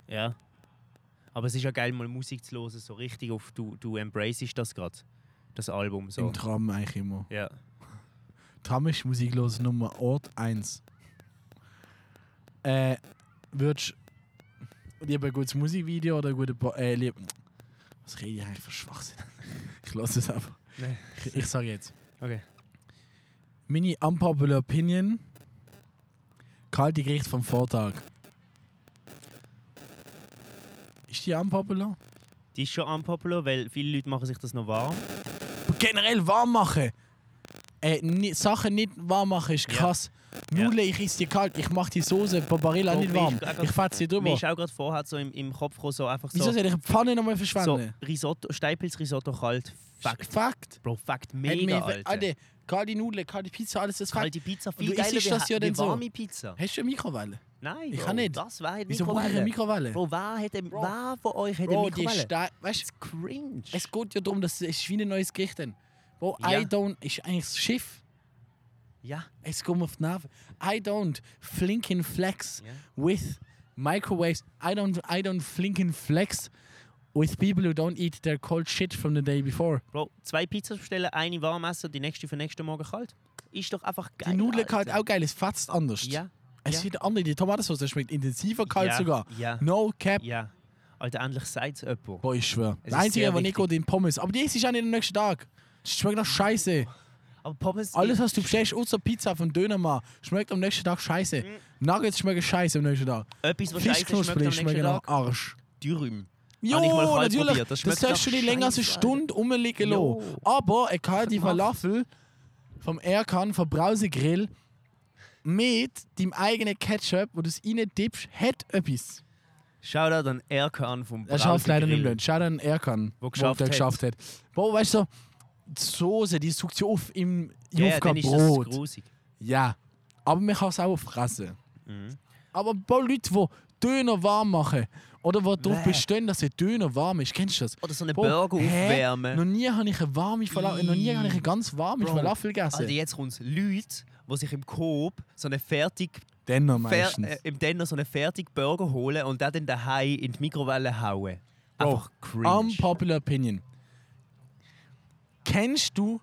Speaker 4: Ja. Aber es ist ja geil, mal Musik zu hören, so richtig auf du, du embracest das gerade. Das Album so.
Speaker 3: Im Tram eigentlich immer.
Speaker 4: Ja.
Speaker 3: Tram ist Musik hören Nummer Ort 1. Äh, würdest du lieber ein gutes Musikvideo oder ein gutes... Po- Äh, lieb Was rede ich eigentlich für Schwachsinn? <laughs> Ich lasse es einfach.
Speaker 4: Nein.
Speaker 3: Ich, ich sage jetzt.
Speaker 4: Okay.
Speaker 3: Mini unpopular opinion. Kalte Gericht vom Vortag. Ist die unpopular?
Speaker 4: Die ist schon unpopular, weil viele Leute machen sich das noch warm.
Speaker 3: Generell warm machen. äh, ni- Sachen nicht warm machen ist krass.
Speaker 4: Ja.
Speaker 3: Nudeln, ich esse die kalt, ich mache die Soße Barbarilla
Speaker 4: Bro,
Speaker 3: nicht
Speaker 4: mir
Speaker 3: warm.
Speaker 4: ist einfach-
Speaker 3: Ich fetze sie
Speaker 4: Mir
Speaker 3: drüber.
Speaker 4: ist auch gerade vorher so im, im Kopf gekommen, so einfach so.
Speaker 3: Wieso soll ich eine Pfanne nochmal
Speaker 4: so
Speaker 3: verschwenden?
Speaker 4: Risotto, Steinpilz-Risotto kalt. Fakt.
Speaker 3: Fakt.
Speaker 4: Bro,
Speaker 3: Hat
Speaker 4: Fakt. Mega,
Speaker 3: mir-
Speaker 4: Alter.
Speaker 3: Alter, kalte Nudeln, kalte Pizza, alles das Fakt.
Speaker 4: Kalte Pizza,
Speaker 3: Und
Speaker 4: viel
Speaker 3: du
Speaker 4: geiler
Speaker 3: isst
Speaker 4: wie,
Speaker 3: das ja
Speaker 4: wie
Speaker 3: dann so.
Speaker 4: warme Pizza.
Speaker 3: Hast du eine Mikrowelle?
Speaker 4: Nein,
Speaker 3: Ich
Speaker 4: Bro,
Speaker 3: kann nicht.
Speaker 4: das war halt
Speaker 3: Wieso brauche ich eine Mikrowelle?
Speaker 4: Bro, wer hat eine, wer von euch hat eine
Speaker 3: Bro, die
Speaker 4: Mikrowelle?
Speaker 3: Stein. Weißt du,
Speaker 4: ist cringe.
Speaker 3: es geht ja darum, dass es ist wie ein neues Gericht dann. Bro,
Speaker 4: Ja.
Speaker 3: I don't ist eigentlich das Schiff.
Speaker 4: ja.
Speaker 3: Es kommt auf die Nerven. I don't flinken flex
Speaker 4: Ja.
Speaker 3: with microwaves. I don't I don't flinken flex with people who don't eat their cold shit from the day before.
Speaker 4: Bro, zwei Pizzas bestellen, eine warm essen, die nächste für nächsten Morgen kalt. Ist doch einfach
Speaker 3: Die
Speaker 4: geil.
Speaker 3: Nudeln
Speaker 4: Alter.
Speaker 3: kalt auch geil, es fetzt anders.
Speaker 4: Ja.
Speaker 3: Es
Speaker 4: ja.
Speaker 3: sieht anders, die Tomatensauce das schmeckt intensiver kalt
Speaker 4: Ja,
Speaker 3: sogar.
Speaker 4: ja.
Speaker 3: No cap.
Speaker 4: Ja. Alter, endlich seid es jemand.
Speaker 3: Boah, ich schwör.
Speaker 4: Es
Speaker 3: Das
Speaker 4: ist
Speaker 3: Einzige,
Speaker 4: sehr
Speaker 3: was nicht
Speaker 4: wichtig.
Speaker 3: gut in Pommes. Aber die isst du auch nicht am nächsten Tag. Es Schmeckt nach Scheiße.
Speaker 4: Aber Pommes.
Speaker 3: Alles, was du bestellst, außer Pizza vom Dönermann, schmeckt am nächsten Tag scheiße. Nuggets schmecken scheiße am nächsten Tag.
Speaker 4: Etwas, Mhm. was scheiße schmeckt am
Speaker 3: Fischknusprig
Speaker 4: nächsten
Speaker 3: schmecken nach
Speaker 4: Tag.
Speaker 3: Arsch.
Speaker 4: Dürüm.
Speaker 3: Jo,
Speaker 4: ich mal kalt
Speaker 3: natürlich.
Speaker 4: probiert. Das
Speaker 3: Das
Speaker 4: schmeckt
Speaker 3: sollst du
Speaker 4: nach
Speaker 3: nicht länger als eine
Speaker 4: Scheiße, Alter.
Speaker 3: Stunde rumliegen
Speaker 4: Jo.
Speaker 3: lassen. Aber eine kalte
Speaker 4: Vermacht.
Speaker 3: Falafel vom Erkan, vom Brausegrill, mit deinem eigenen Ketchup, wo du es rein dippst, hat etwas.
Speaker 4: Shoutout an Erkan vom
Speaker 3: Er schafft leider nicht
Speaker 4: Brausegrill.
Speaker 3: mehr. Schade an Erkan,
Speaker 4: Wo
Speaker 3: wo
Speaker 4: geschafft
Speaker 3: der
Speaker 4: hat.
Speaker 3: geschafft hat. Boah, weißt du, die Soße, die sucht sie auf im
Speaker 4: Ja, ja, dann ist das
Speaker 3: Jufka-Brot.
Speaker 4: grusig.
Speaker 3: Ja, aber man kann es auch fressen.
Speaker 4: Mhm.
Speaker 3: Aber ein paar Leute, die Döner warm machen oder die darauf
Speaker 4: Bäh.
Speaker 3: bestehen, dass der Döner warm ist, kennst du das?
Speaker 4: Oder so einen
Speaker 3: Boah,
Speaker 4: Burger
Speaker 3: hä? Noch
Speaker 4: aufwärmen.
Speaker 3: nie habe ich eine warme Falafel, noch nie habe ich eine ganz warme
Speaker 4: Bro.
Speaker 3: Falafel gegessen.
Speaker 4: Alter, Also jetzt kommt Leute, die sich im Coop so eine fertig
Speaker 3: Denner
Speaker 4: Fer
Speaker 3: meistens.
Speaker 4: äh, im Denner so einen fertigen Burger holen und den dann daheim in die Mikrowelle hauen.
Speaker 3: Bro,
Speaker 4: Einfach cringe.
Speaker 3: Unpopular Opinion. Kennst du,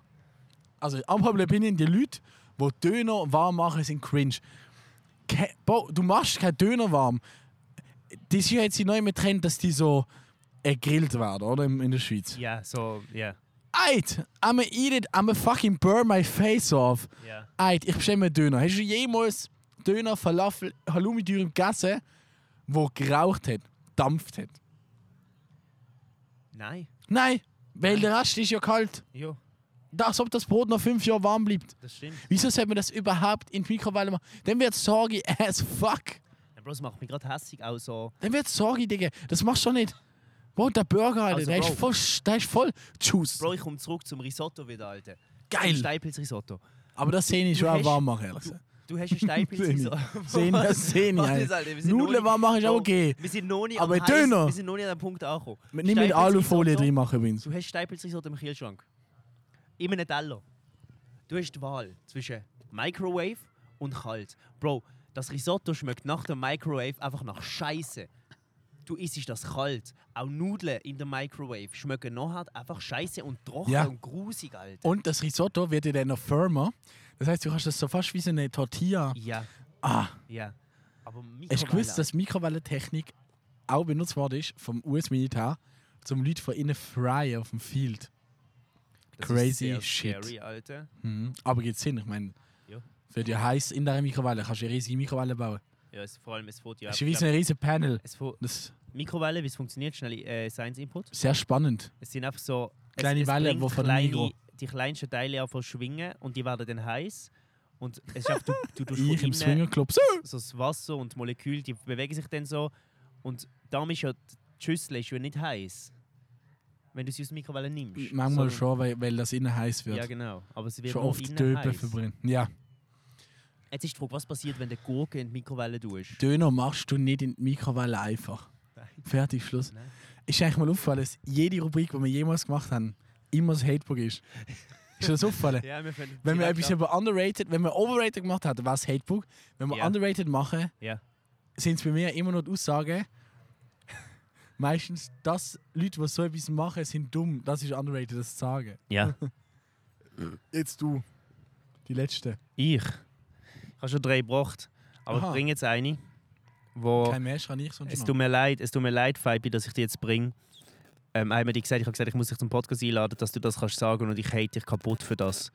Speaker 3: also Unpopular Opinion, die Leute, die Döner warm machen, sind cringe. Ke Bro, du machst keinen Döner warm. Das ist ja jetzt neu mit Trend, dass die so äh, gegrillt werden, oder? In, in der Schweiz.
Speaker 4: Ja, so, ja.
Speaker 3: Alter, I'ma eat it, I'ma fucking burn my face off.
Speaker 4: ja.
Speaker 3: Alter, ich bestelle mir einen Döner. Hast du jemals Döner, Falafel, halloumi dürüm gegessen, wo geraucht hat, dampft hat?
Speaker 4: Nein.
Speaker 3: Nein, weil der Rest ist ja kalt.
Speaker 4: Ja,
Speaker 3: Da- Als ob das Brot noch fünf Jahre warm bleibt.
Speaker 4: das stimmt.
Speaker 3: Wieso sollte man das überhaupt in die Mikrowelle machen? Dann wird Sorge as fuck.
Speaker 4: Ja, Bro, das macht mich Also, gerade hässlich. Auch so.
Speaker 3: Dann wird Sorge, Digga. Das machst du doch nicht. Bro, der Burger, Alter,
Speaker 4: Also,
Speaker 3: der,
Speaker 4: Bro.
Speaker 3: ist voll, sch- der ist voll Juice.
Speaker 4: Bro, ich komme zurück zum Risotto wieder, Alter.
Speaker 3: Geil.
Speaker 4: Steipilz-Risotto.
Speaker 3: Aber das sehe ich
Speaker 4: Du
Speaker 3: schon auch
Speaker 4: hast-
Speaker 3: warm machen, ehrlich gesagt.
Speaker 4: Du hast ein Steipilz-Risotto.
Speaker 3: <laughs> Sehen, das sehen
Speaker 4: <laughs> Was
Speaker 3: ich.
Speaker 4: ist, Alter? Wir sind noch
Speaker 3: Nudeln
Speaker 4: nicht-
Speaker 3: warm machen ist auch
Speaker 4: Bro,
Speaker 3: okay.
Speaker 4: Wir sind noch nicht
Speaker 3: Aber
Speaker 4: am heissen-
Speaker 3: Döner.
Speaker 4: Wir sind noch nicht an dem Punkt angekommen.
Speaker 3: Nicht mit Alufolie
Speaker 4: Steipilz-Risotto.
Speaker 3: drin machen übrigens.
Speaker 4: Du hast Steipelzrisotto im Kühlschrank. In einem Teller. Du hast die Wahl zwischen Microwave und kalt. Bro, das Risotto schmeckt nach der Microwave einfach nach Scheiße. Du isst das kalt. Auch Nudeln in der Microwave schmecken nachher einfach Scheiße und trocken
Speaker 3: Ja.
Speaker 4: und grusig, Alter.
Speaker 3: Und das Risotto wird dir dann noch firmer. Das heißt, du kannst das so fast wie so eine Tortilla.
Speaker 4: ja,
Speaker 3: Ah.
Speaker 4: ja. Aber
Speaker 3: Hast du
Speaker 4: Mikrowelle.
Speaker 3: gewusst, dass Mikrowellentechnik auch benutzt worden ist vom US-Militär, um Leute von innen fryen auf dem Field?
Speaker 4: Das
Speaker 3: crazy
Speaker 4: ist sehr
Speaker 3: shit.
Speaker 4: Scary, Alter.
Speaker 3: Mhm. Aber geht Sinn, ich meine,
Speaker 4: Ja.
Speaker 3: wird ja heiß in der Mikrowelle, kannst du eine riesige Mikrowelle bauen.
Speaker 4: Ja, es, vor allem es wird ja.
Speaker 3: Das ist wie so ein riesiges Panel.
Speaker 4: es wird,
Speaker 3: Das ist
Speaker 4: Mikrowelle, wie es funktioniert, schnell äh, Science Input.
Speaker 3: sehr spannend.
Speaker 4: Es sind einfach so
Speaker 3: Kleine
Speaker 4: es, es
Speaker 3: Wellen,
Speaker 4: bringt
Speaker 3: die von dem
Speaker 4: kleine,
Speaker 3: Migros-
Speaker 4: die kleinsten Teile einfach schwingen und die werden dann heiß. Und es ist einfach, du, du tust von
Speaker 3: <laughs> Ich im
Speaker 4: innen
Speaker 3: Swingerclub. So.
Speaker 4: so das Wasser und die Moleküle, die bewegen sich dann so. Und darum ist ja die Schüssel ist ja nicht heiß. Wenn du sie aus der Mikrowelle nimmst.
Speaker 3: Manchmal
Speaker 4: Sondern-
Speaker 3: schon, weil, weil das innen heiß wird.
Speaker 4: Ja, genau. Aber sie wird
Speaker 3: schon
Speaker 4: nur
Speaker 3: oft
Speaker 4: innen
Speaker 3: Döpen
Speaker 4: heiß.
Speaker 3: verbrennen. Ja.
Speaker 4: Jetzt ist die Frage, was passiert, wenn du Gurke in die Mikrowelle tust?
Speaker 3: Döner machst du nicht in die Mikrowelle einfach.
Speaker 4: Nein.
Speaker 3: Fertig, Schluss.
Speaker 4: Nein.
Speaker 3: Ist dir eigentlich mal aufgefallen, dass jede Rubrik, die wir jemals gemacht haben, immer das Hatebook ist? Ist dir das aufgefallen?
Speaker 4: Ja, wir können
Speaker 3: Wenn wir
Speaker 4: direkt
Speaker 3: etwas
Speaker 4: ab-
Speaker 3: über underrated, wenn wir overrated gemacht haben, war es Hatebook. Wenn wir
Speaker 4: Ja.
Speaker 3: underrated machen,
Speaker 4: Ja.
Speaker 3: sind es bei mir immer noch die Aussagen. Meistens, dass Leute, die so etwas machen, sind dumm. Das ist underrated, das zu sagen.
Speaker 4: ja.
Speaker 3: Jetzt du. Die letzte.
Speaker 4: Ich. Ich habe schon drei gebracht. Aber
Speaker 3: Aha.
Speaker 4: ich bringe jetzt eine, wo.
Speaker 3: Kein Mensch kann ich sonst
Speaker 4: Es
Speaker 3: noch.
Speaker 4: tut mir leid, es tut mir leid, Fabi, dass ich dich jetzt bringe. Ähm, einmal die gesagt, ich habe gesagt, ich muss dich zum Podcast einladen, dass du das kannst sagen und ich hate dich kaputt für das.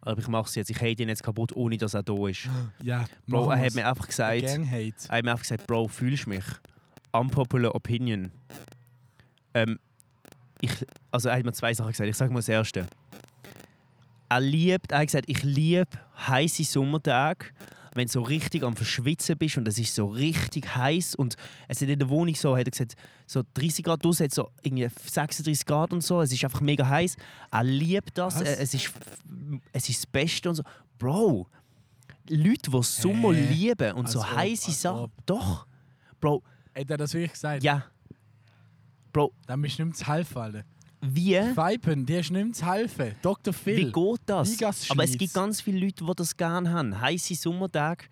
Speaker 4: Aber ich mache es jetzt. Ich hate ihn jetzt kaputt, ohne dass er da ist.
Speaker 3: Ja,
Speaker 4: Bro,
Speaker 3: Äh, machen
Speaker 4: er hat
Speaker 3: wir's.
Speaker 4: mir einfach gesagt, er
Speaker 3: Gang Hate.
Speaker 4: hat mir einfach gesagt, Bro, fühlst du mich? Unpopular Opinion. Ähm, ich, also er hat mir zwei Sachen gesagt. Ich sage mal das Erste. er liebt, er hat gesagt, ich liebe heiße Sommertage. Wenn du so richtig am Verschwitzen bist und es ist so richtig heiß und es ist in der Wohnung so, hat er gesagt, so 30 Grad draußen, hat so irgendwie 36 Grad und so, es ist einfach mega heiß. Er liebt das,
Speaker 3: Was?
Speaker 4: äh, es ist, es ist das Beste und so. Bro, Leute, die Sommer
Speaker 3: Hä?
Speaker 4: lieben und so
Speaker 3: Als ob,
Speaker 4: heiße
Speaker 3: als
Speaker 4: Sachen,
Speaker 3: ob.
Speaker 4: doch. Bro,
Speaker 3: Hat er das wirklich gesagt?
Speaker 4: Ah. ja. Bro,
Speaker 3: Dann bist du nicht mehr zu helfen, Alter.
Speaker 4: wie?
Speaker 3: Vipen, dir ist nicht mehr zu helfen. Dr.
Speaker 4: Wie
Speaker 3: Phil.
Speaker 4: geht das?
Speaker 3: Ligas
Speaker 4: Aber es
Speaker 3: Schweiz.
Speaker 4: gibt ganz viele Leute, die das gerne haben. Heiße Sommertage.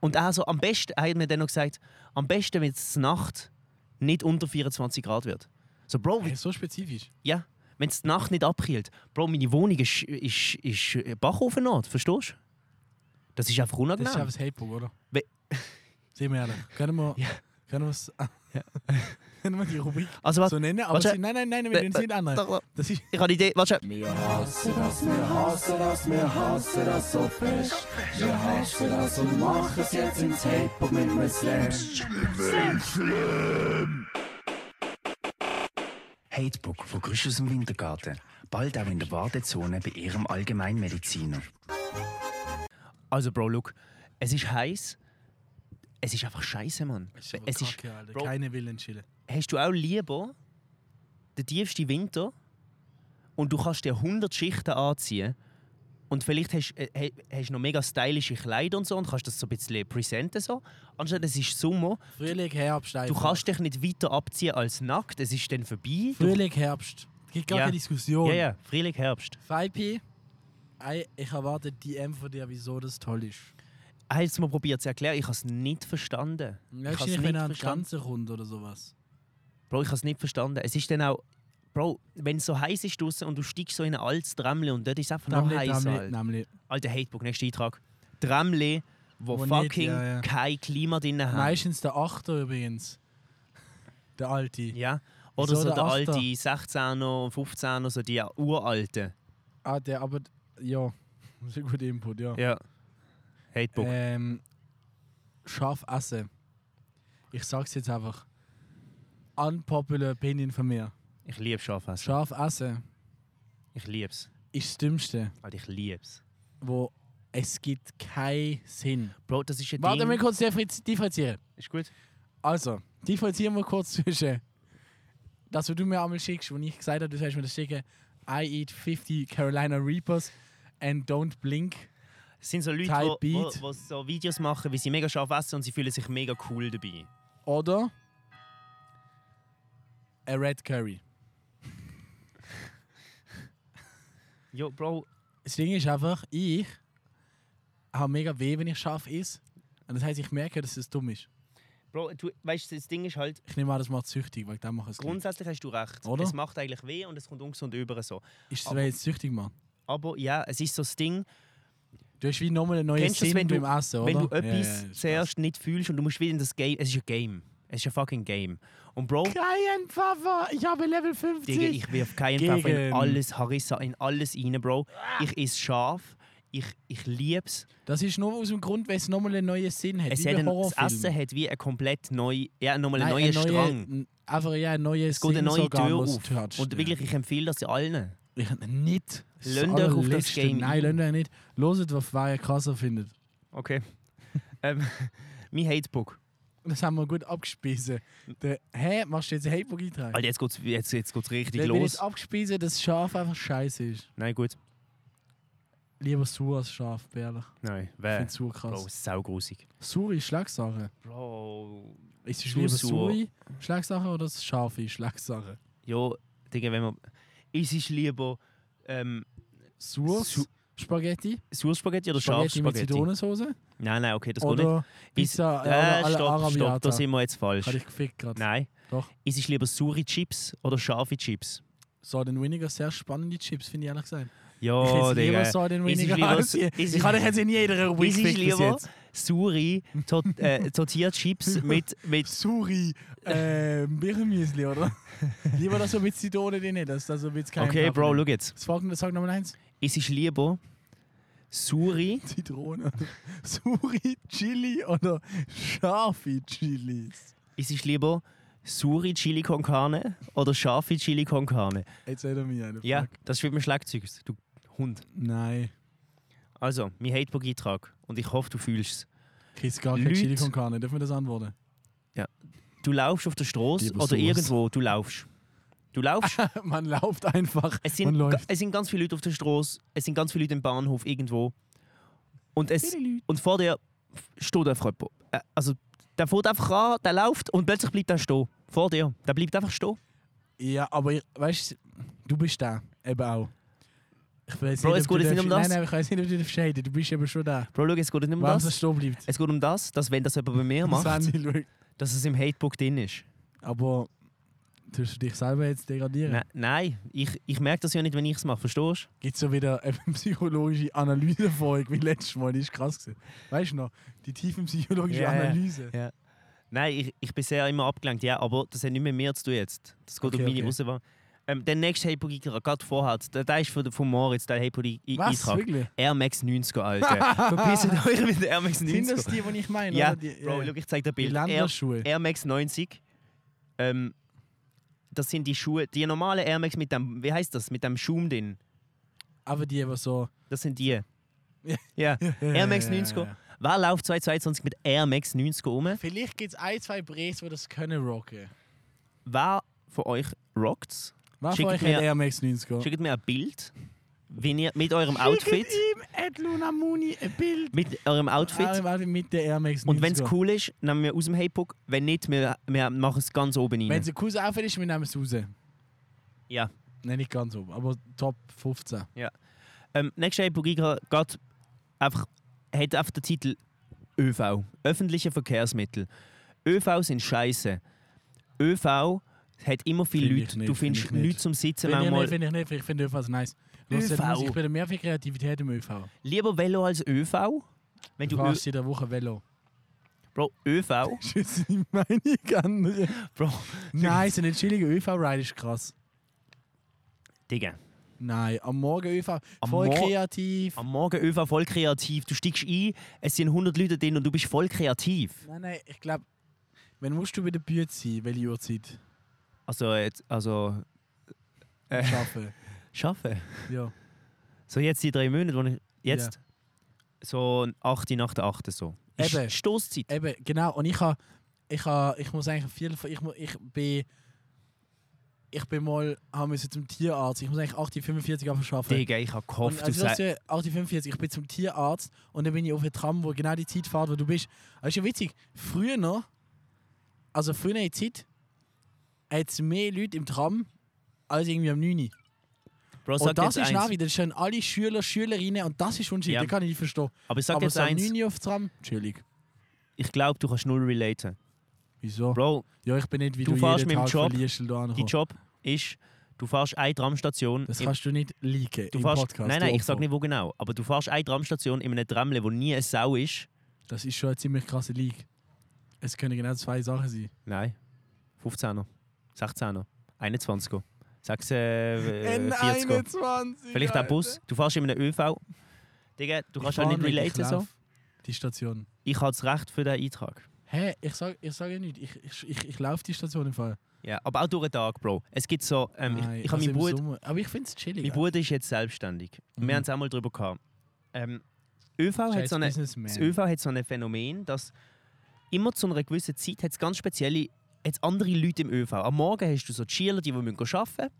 Speaker 4: Und also am besten, er hat mir dann noch gesagt, am besten, wenn es Nacht nicht unter 24 Grad wird. So, Bro,
Speaker 3: Hey, so spezifisch.
Speaker 4: ja, wenn es die Nacht nicht abkühlt. Bro, meine Wohnung ist, ist, ist äh, Bachofenort, verstehst du? Das ist
Speaker 3: Das
Speaker 4: einfach
Speaker 3: ist
Speaker 4: unangenehm.
Speaker 3: einfach das Hatebook, oder?
Speaker 4: We-
Speaker 3: Sehen wir ehrlich. Können wir,
Speaker 4: Ja.
Speaker 3: können wir, es- <laughs> können wir die Rubrik
Speaker 4: Also, was, Äh,
Speaker 3: so nennen? Aber
Speaker 4: warte.
Speaker 3: sie, nein, nein, nein, wir nennen sie nicht anders.
Speaker 4: da-
Speaker 3: Das ist,
Speaker 4: ich habe eine Idee, warte. schnell.
Speaker 1: Wir hassen das, wir hassen das, wir hassen das so fest. Wir hassen das und machen es jetzt ins Hip-Hop mit einem Slam.
Speaker 2: Hatebook von Grüsch aus dem Wintergarten. Bald auch in der Wartezone bei ihrem Allgemeinmediziner.
Speaker 4: Also, Bro, look, es ist heiß. Es ist einfach scheiße, Mann. es ist,
Speaker 3: Kacke, Alter.
Speaker 4: Bro.
Speaker 3: Keine Willen chillen.
Speaker 4: hast du auch lieber den tiefsten Winter und du kannst dir 100 Schichten anziehen und vielleicht hast du äh, he- hast noch mega stylische Kleider und so und kannst das so ein bisschen präsenten so. Anstatt es ist Sommer,
Speaker 3: Frühling, Herbst,
Speaker 4: du
Speaker 3: einfach.
Speaker 4: kannst dich nicht weiter abziehen als nackt, es ist dann vorbei. Du-
Speaker 3: Frühling, Herbst. Es gibt gar
Speaker 4: Ja.
Speaker 3: keine Diskussion.
Speaker 4: Ja, ja, Frühling, Herbst.
Speaker 3: 5P, ei, ich erwarte die M von dir, wieso das toll ist.
Speaker 4: Ich habe es mal probiert zu erklären, ich habe es nicht verstanden. ich habe
Speaker 3: Wahrscheinlich, wenn er an die Schanze kommt oder sowas.
Speaker 4: Bro, ich habe es nicht verstanden. Es ist dann auch, Bro, wenn es so heiß ist draußen und du steigst so in ein altes Tramle und dort ist es einfach noch
Speaker 3: Namli,
Speaker 4: heiß.
Speaker 3: Namli,
Speaker 4: Alter.
Speaker 3: Namli.
Speaker 4: Alter Hatebook, nächster Eintrag. Tramle, wo,
Speaker 3: Wo nicht,
Speaker 4: fucking
Speaker 3: ja, ja.
Speaker 4: kein Klima drin haben.
Speaker 3: Meistens der Achter übrigens. Der Alte.
Speaker 4: Ja. Oder
Speaker 3: Wieso
Speaker 4: so
Speaker 3: der
Speaker 4: der alte
Speaker 3: Achter?
Speaker 4: 16er und 15er, so die uralten.
Speaker 3: Ah, der aber. <laughs> Ja, das ist ein guter Input, ja.
Speaker 4: Ja. Hatebook.
Speaker 3: Ähm, scharf essen. Ich sag's jetzt einfach. Unpopular Opinion von mir.
Speaker 4: Ich liebe Schafessen.
Speaker 3: Scharf essen
Speaker 4: Ich lieb's.
Speaker 3: ist das Dümmste,
Speaker 4: Alter, ich lieb's.
Speaker 3: wo es gibt keinen Sinn.
Speaker 4: Bro, das ist ein
Speaker 3: Warte,
Speaker 4: Ding.
Speaker 3: wir kurz differenzi- differenzieren.
Speaker 4: Ist gut.
Speaker 3: Also, differenzieren wir kurz zwischen das, was du mir einmal schickst, wo ich gesagt habe, du sollst mir das schicken. I eat 50 Carolina Reapers and don't blink.
Speaker 4: Es sind so Leute,
Speaker 3: Type
Speaker 4: die wo,
Speaker 3: Beat.
Speaker 4: wo so Videos machen, wie sie mega scharf essen und sie fühlen sich mega cool dabei.
Speaker 3: Oder a red curry.
Speaker 4: Jo, Bro,
Speaker 3: Das Ding ist einfach, ich habe mega weh, wenn ich scharf ist. Und das heißt, ich merke, dass es dumm ist.
Speaker 4: Bro, du, weißt du, das Ding ist halt,
Speaker 3: Ich nehme an, das macht süchtig, weil dann mache ich es gleich.
Speaker 4: grundsätzlich hast du recht.
Speaker 3: Oder?
Speaker 4: Es macht eigentlich weh und es kommt ungesund über so.
Speaker 3: Ist das, weil es süchtig macht?
Speaker 4: Aber ja, es ist so das Ding,
Speaker 3: Du hast wie nochmal einen neuen
Speaker 4: Kennst du das,
Speaker 3: Sinn
Speaker 4: wenn du-
Speaker 3: beim Essen, oder?
Speaker 4: Wenn du
Speaker 3: Ja,
Speaker 4: etwas
Speaker 3: ja, ist krass.
Speaker 4: zuerst nicht fühlst und du musst wieder in das Game. Es ist ein Game. Es ist ein fucking Game. Und Bro,
Speaker 3: Kein Pfeffer, ich habe Level 50.
Speaker 4: Digga, ich wirf keinen Pfeffer in
Speaker 3: Gegen-
Speaker 4: alles Harissa, in alles rein, Bro. Ich esse scharf. Ich, ich lieb's.
Speaker 3: Das ist nur aus dem Grund, weil es nochmal einen neuen Sinn hat.
Speaker 4: Es
Speaker 3: wie
Speaker 4: hat
Speaker 3: bei
Speaker 4: ein, das
Speaker 3: Horrorfilmen.
Speaker 4: Essen hat wie ein komplett neu, ja, nochmal einen
Speaker 3: Nein,
Speaker 4: neuen
Speaker 3: ein neuer-
Speaker 4: Strang.
Speaker 3: n- Einfach ja, ein neues
Speaker 4: Es geht eine neue
Speaker 3: Sinnesorgan,
Speaker 4: Tür
Speaker 3: was
Speaker 4: auf.
Speaker 3: du touchst,
Speaker 4: Und
Speaker 3: ja.
Speaker 4: wirklich, ich empfehle das allen.
Speaker 3: Ich, nicht. Das ist
Speaker 4: Lönnt
Speaker 3: das
Speaker 4: euch auf das
Speaker 3: allerletzte.
Speaker 4: Game
Speaker 3: Nein,
Speaker 4: ein.
Speaker 3: lönt euch nicht. Loset, was Fire krasser findet. <laughs>
Speaker 4: Okay. ähm, <laughs> mein Hatebook.
Speaker 3: Das haben wir gut abgespiesen. Der, hä, machst du jetzt einen Hatebook eintragen?
Speaker 4: Alter, jetzt geht's, jetzt, jetzt geht's richtig
Speaker 3: Der wird
Speaker 4: los.
Speaker 3: jetzt abgespiesen, dass Schaf einfach scheiße ist.
Speaker 4: Nein, gut.
Speaker 3: Lieber Sur als Schaf, ehrlich.
Speaker 4: Nein,
Speaker 3: Ich
Speaker 4: wer?
Speaker 3: finde Sur
Speaker 4: Äh, Bro,
Speaker 3: krass.
Speaker 4: saugrusig.
Speaker 3: Sur ist Schlagsache.
Speaker 4: Bro,
Speaker 3: Ist es
Speaker 4: Sur,
Speaker 3: lieber
Speaker 4: Sur.
Speaker 3: Suri Schlagsache oder Schaf ist Schlagsache?
Speaker 4: Ja, Digga, wenn man. Es ist lieber ähm,
Speaker 3: Sur
Speaker 4: Su-
Speaker 3: Spaghetti?
Speaker 4: Sauerspaghetti oder
Speaker 3: Spaghetti mit
Speaker 4: Scharfspaghetti?
Speaker 3: Zitronensoße?
Speaker 4: Nein, nein, okay, das geht nicht.
Speaker 3: Oder Pizza?
Speaker 4: Ist-
Speaker 3: Äh,
Speaker 4: äh,
Speaker 3: alle
Speaker 4: stopp, stopp, da
Speaker 3: Arabiata.
Speaker 4: sind wir jetzt falsch.
Speaker 3: Hat ich gefickt gerade.
Speaker 4: Nein.
Speaker 3: Doch.
Speaker 4: Es ist lieber saure Chips oder scharfe Chips?
Speaker 3: Salt and Vinegar, sehr spannende Chips, finde ich ehrlich gesagt. <laughs> ich
Speaker 4: Ja,
Speaker 3: esse lieber
Speaker 4: Oh, Digga.
Speaker 3: Salt and
Speaker 4: Ist es
Speaker 3: Vinegar.
Speaker 4: lieber-
Speaker 3: als die-
Speaker 4: ist es-
Speaker 3: ich hatte jetzt in jeder Rubrik
Speaker 4: Es ist
Speaker 3: gefickt bis
Speaker 4: lieber
Speaker 3: jetzt.
Speaker 4: saure
Speaker 3: <laughs>
Speaker 4: Tot äh, Tortilla-Chips mit, mit
Speaker 3: Suri, ähm, Birnenmüsli, oder? <laughs> lieber das so mit Zitrone drin, dass das so mit kein
Speaker 4: Okay,
Speaker 3: Pfeffer
Speaker 4: Bro,
Speaker 3: drin.
Speaker 4: schau jetzt.
Speaker 3: Das folgende, sag nochmal eins.
Speaker 4: Es ist lieber saure...
Speaker 3: Zitrone. <laughs> Suri Chili oder scharfe Chilis.
Speaker 4: Es ist lieber saure Chili con Carne oder scharfe Chili con Carne?
Speaker 3: Jetzt seid ihr mir eine
Speaker 4: Ja, das ist wie beim Schlagzeug. Du Hund.
Speaker 3: Nein.
Speaker 4: Also, mein Hatebook-Eintrag. Und ich hoffe, du fühlst
Speaker 3: Kriegst gar keine
Speaker 4: Leute-
Speaker 3: Chili con Carne. Dürfen wir das antworten? <laughs>
Speaker 4: es. Du laufst auf der Straße
Speaker 2: Lieber
Speaker 4: oder
Speaker 2: sowas.
Speaker 4: irgendwo, du laufst.
Speaker 3: <laughs>
Speaker 4: Du laufst.
Speaker 3: Man läuft einfach. Man
Speaker 4: Es sind, ga-
Speaker 3: läuft.
Speaker 4: es sind ganz viele Leute auf der Straße, es sind ganz viele Leute im Bahnhof irgendwo. Und, es, und vor dir steht einfach jemand. Äh, Also, der fährt einfach an, der läuft und plötzlich bleibt er stehen. Vor dir. Der bleibt einfach stehen.
Speaker 3: Ja, aber ich, weißt du, du bist da. Eben auch. Ich weiß
Speaker 4: Bro,
Speaker 3: nicht, ob
Speaker 4: es geht
Speaker 3: du
Speaker 4: jetzt nicht um
Speaker 3: darfst-
Speaker 4: das.
Speaker 3: Nein, nein, ich weiß nicht, ob du darfst haten. Du bist eben schon da.
Speaker 4: Bro, schau, es geht nicht um
Speaker 3: Warum das
Speaker 4: das.
Speaker 3: stehen bleibt.
Speaker 4: Es geht um das, dass wenn das jemand bei mir
Speaker 3: Das
Speaker 4: macht,
Speaker 3: Handy schaut.
Speaker 4: dass es im Hatebook drin ist.
Speaker 3: Aber tust du dich selber jetzt degradieren?
Speaker 4: Ne- Nein, ich, ich merke das ja nicht, wenn ich es mache, verstehst
Speaker 3: Gibt es so wieder eine <laughs> psychologische Analyse vorher, wie letztes Mal? Die ist krass gewesen. Weißt du noch? Die tiefen psychologische
Speaker 4: Ja, ja.
Speaker 3: Analyse.
Speaker 4: du? Nein, ich, ich bin sehr immer abgelenkt, ja, aber das hat nicht mehr mit mir zu tun jetzt. Das geht
Speaker 3: Okay,
Speaker 4: um meine
Speaker 3: okay.
Speaker 4: Auswahl. Ähm, der nächste Hatebook-Eintrag, gerade vorher, der, der ist von, von Moritz, der
Speaker 3: Was?
Speaker 4: Hatebook-Eintrag.
Speaker 3: Wirklich?
Speaker 4: Air Max 90,
Speaker 3: <laughs>
Speaker 4: Alter. Verpisst euch mit der Air Max 90.
Speaker 3: die, die ich meine?
Speaker 4: Ja,
Speaker 3: oder? die,
Speaker 4: Bro,
Speaker 3: äh,
Speaker 4: schau, ich zeig dir ein
Speaker 3: die
Speaker 4: Bild. Air,
Speaker 3: Länderschuhe.
Speaker 4: Air Max 90. Ähm, das sind die Schuhe, die normalen Air Max mit dem, wie heißt das, mit dem Schaum drin.
Speaker 3: Aber die aber so.
Speaker 4: Das sind die.
Speaker 3: <laughs> Ja.
Speaker 4: Ja. Air Max 90.
Speaker 3: Ja.
Speaker 4: Wer läuft 2022 mit Air Max 90 um?
Speaker 3: Vielleicht gibt es ein, zwei Brees, die das können rocken.
Speaker 4: Wer von euch rockt's?
Speaker 3: Mach
Speaker 4: Schickt
Speaker 3: euch
Speaker 4: mir-
Speaker 3: ein Air Max 90.
Speaker 4: Schickt mir ein Bild, wenn ihr mit eurem Outfit,
Speaker 3: ihm, Ed Luna äh, Muni, ein Bild.
Speaker 4: mit eurem Outfit.
Speaker 3: Outfit. Mit der Air Max 90.
Speaker 4: Und wenn es cool ist, nehmen wir aus dem Hatebook. Wenn nicht, wir, wir machen es ganz oben
Speaker 3: Wenn
Speaker 4: rein.
Speaker 3: es ein cooles Outfit ist, wir nehmen es raus.
Speaker 4: Ja.
Speaker 3: Nein, nicht ganz oben, aber Top 15.
Speaker 4: Ähm, nächster Hatebook Igra geht einfach, hat einfach den Titel ÖV. Öffentliche Verkehrsmittel. ÖV sind scheiße. ÖV hat immer viele
Speaker 3: Find ich
Speaker 4: Leute.
Speaker 3: nicht,
Speaker 4: du
Speaker 3: find
Speaker 4: findest
Speaker 3: ich nicht.
Speaker 4: nichts zum Sitzen.
Speaker 3: Finde ich
Speaker 4: manchmal.
Speaker 3: nicht, finde ich nicht. Ich finde ÖV nice. Ich muss
Speaker 4: ÖV.
Speaker 3: sagen, Ich bin mehr für Kreativität im ÖV.
Speaker 4: Lieber Velo als ÖV. Wenn
Speaker 3: Du
Speaker 4: du Ö
Speaker 3: fährst jede Woche
Speaker 4: <laughs>
Speaker 3: Velo.
Speaker 4: Bro,
Speaker 3: <laughs>
Speaker 4: ÖV.
Speaker 3: Schütze die Meinung andere.
Speaker 4: Bro,
Speaker 3: Nein, so ein chilliger ÖV-Ride ist krass.
Speaker 4: Digga.
Speaker 3: Nein, am Morgen ÖV.
Speaker 4: Am
Speaker 3: voll
Speaker 4: Mor-
Speaker 3: kreativ.
Speaker 4: Am Morgen ÖV voll kreativ. Du steigst ein, es sind 100 Leute drin und du bist voll kreativ.
Speaker 3: Nein, nein, ich glaube, wenn musst du bei der Bühne sein, welche Uhrzeit?
Speaker 4: Also, jetzt, also, Äh.
Speaker 3: Schaffen.
Speaker 4: schaffen.
Speaker 3: ja.
Speaker 4: So jetzt die drei Monate, wo ich jetzt
Speaker 3: Ja.
Speaker 4: so 8 Uhr nach der 8 so. Ist
Speaker 3: Eben.
Speaker 4: Stoßzeit.
Speaker 3: Eben, genau. Und ich habe, ich habe, ich muss eigentlich viel, ich, mu- ich bin, ich bin mal, haben müssen zum Tierarzt. Ich muss eigentlich 8.45 Uhr anfangen zu arbeiten.
Speaker 4: Digga, ich habe
Speaker 3: Und
Speaker 4: gehofft, du
Speaker 3: also das
Speaker 4: sagst.
Speaker 3: ist 845, ich bin zum Tierarzt und dann bin ich auf der Tram, wo genau die Zeit fährt, wo du bist. Das ist ja witzig, früher noch, also früher in der Zeit, hat es mehr Leute im Tram als irgendwie am 9. Uhr.
Speaker 4: Bro, Also sag
Speaker 3: Und das
Speaker 4: jetzt
Speaker 3: ist
Speaker 4: eins.
Speaker 3: Navi, das sind alle Schüler, Schülerinnen und das ist Unterschied,
Speaker 4: Ja.
Speaker 3: das kann ich nicht verstehen.
Speaker 4: Aber ich sag
Speaker 3: Aber
Speaker 4: jetzt
Speaker 3: so am
Speaker 4: eins.
Speaker 3: 9 Uhr auf Tram, chillig.
Speaker 4: Ich glaube, du kannst null relaten.
Speaker 3: Wieso?
Speaker 4: Bro,
Speaker 3: Ja, ich bin nicht wie
Speaker 4: Du
Speaker 3: du,
Speaker 4: fährst
Speaker 3: jeden
Speaker 4: mit dem
Speaker 3: Tag
Speaker 4: Job,
Speaker 3: verlierst und da
Speaker 4: die
Speaker 3: ankommst.
Speaker 4: Job ist, du fährst eine Tramstation.
Speaker 3: Oh. Das
Speaker 4: im-
Speaker 3: kannst du nicht leaken
Speaker 4: du
Speaker 3: im
Speaker 4: fährst,
Speaker 3: Podcast.
Speaker 4: nein, nein, ich sag
Speaker 3: Opfer.
Speaker 4: nicht wo genau. Aber du fährst eine Tramstation in einem Tramle, wo nie eine Sau ist.
Speaker 3: Das ist schon eine ziemlich krasse Leak. Es können genau zwei Sachen sein.
Speaker 4: Nein. 15er, 16er, 21er, 6, äh, 40er.
Speaker 3: N21!
Speaker 4: Vielleicht auch Bus. Du fährst in einem ÖV. Digga, du kannst halt nicht relaten so.
Speaker 3: Die Station.
Speaker 4: Ich habe das Recht für den Eintrag.
Speaker 3: Hä? Ich sage ich sag ja nicht. Ich, ich, ich, ich laufe die Station im Fall.
Speaker 4: Ja, aber auch durch den Tag, Bro. Es gibt so, ähm,
Speaker 3: Nein,
Speaker 4: ich, ich habe
Speaker 3: also
Speaker 4: meinen
Speaker 3: im
Speaker 4: Bruder,
Speaker 3: Sommer. Aber ich finde es chillig.
Speaker 4: mein Bruder ist jetzt selbstständig.
Speaker 3: Mhm.
Speaker 4: Wir haben es auch mal drüber gehabt. Ähm, ÖV hat
Speaker 3: Scheiß
Speaker 4: so eine,
Speaker 3: Businessman.
Speaker 4: das ÖV hat so ein Phänomen, dass immer zu einer gewissen Zeit hat's ganz spezielle hat's andere Leute im ÖV. Am Morgen hast du so die Schüler, die, die müssen arbeiten müssen.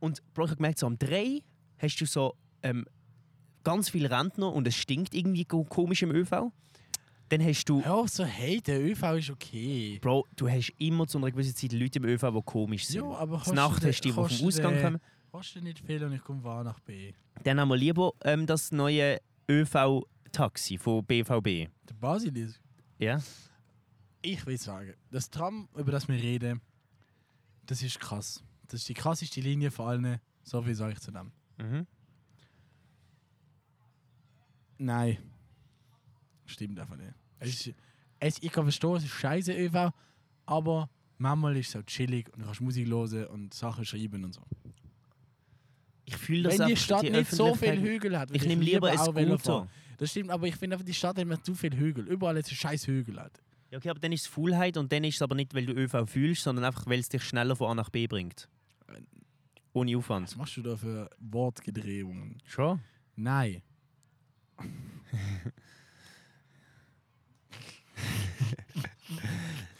Speaker 4: Und Bro, ich habe gemerkt, so um drei hast du so ähm, ganz viele Rentner und es stinkt irgendwie ko- komisch im ÖV. Dann hast du,
Speaker 3: Hör auf so, hey, der ÖV ist okay.
Speaker 4: Bro, du hast immer zu einer gewissen Zeit Leute im ÖV, die komisch sind.
Speaker 3: Ja, aber
Speaker 4: Zur Nacht hast du die, die vom Ausgang kommen.
Speaker 3: Kostet nicht viel und ich komme von A nach B.
Speaker 4: Dann haben wir lieber ähm, das neue ÖV-Taxi von BVB.
Speaker 3: Der Basilisk.
Speaker 4: Ja?
Speaker 3: Ich will sagen, das Tram, über das wir reden, das ist krass. Das ist die krasseste Linie von allen. So viel sage ich zu dem.
Speaker 4: Mhm.
Speaker 3: Nein. Stimmt einfach nicht. Es ist, es, ich kann verstehen, es ist scheiße ÖV, aber manchmal ist es auch chillig und du kannst Musik hören und Sachen schreiben und so.
Speaker 4: Ich fühle das
Speaker 3: Wenn die
Speaker 4: einfach,
Speaker 3: Stadt nicht so
Speaker 4: Öffentlichkeit-
Speaker 3: viel Hügel hat, würde
Speaker 4: Ich nehme lieber ein
Speaker 3: Velo
Speaker 4: Scooter.
Speaker 3: fahren. Das stimmt, aber ich finde einfach, die Stadt hat immer zu viel Hügel. Überall ist es scheiß Hügel halt. hat.
Speaker 4: Ja, okay, aber dann ist es Faulheit und dann ist es aber nicht, weil du ÖV fühlst, sondern einfach, weil es dich schneller von A nach B bringt. Ohne Aufwand.
Speaker 3: Was machst du da für Wortgedrehungen?
Speaker 4: Schon?
Speaker 3: Nein.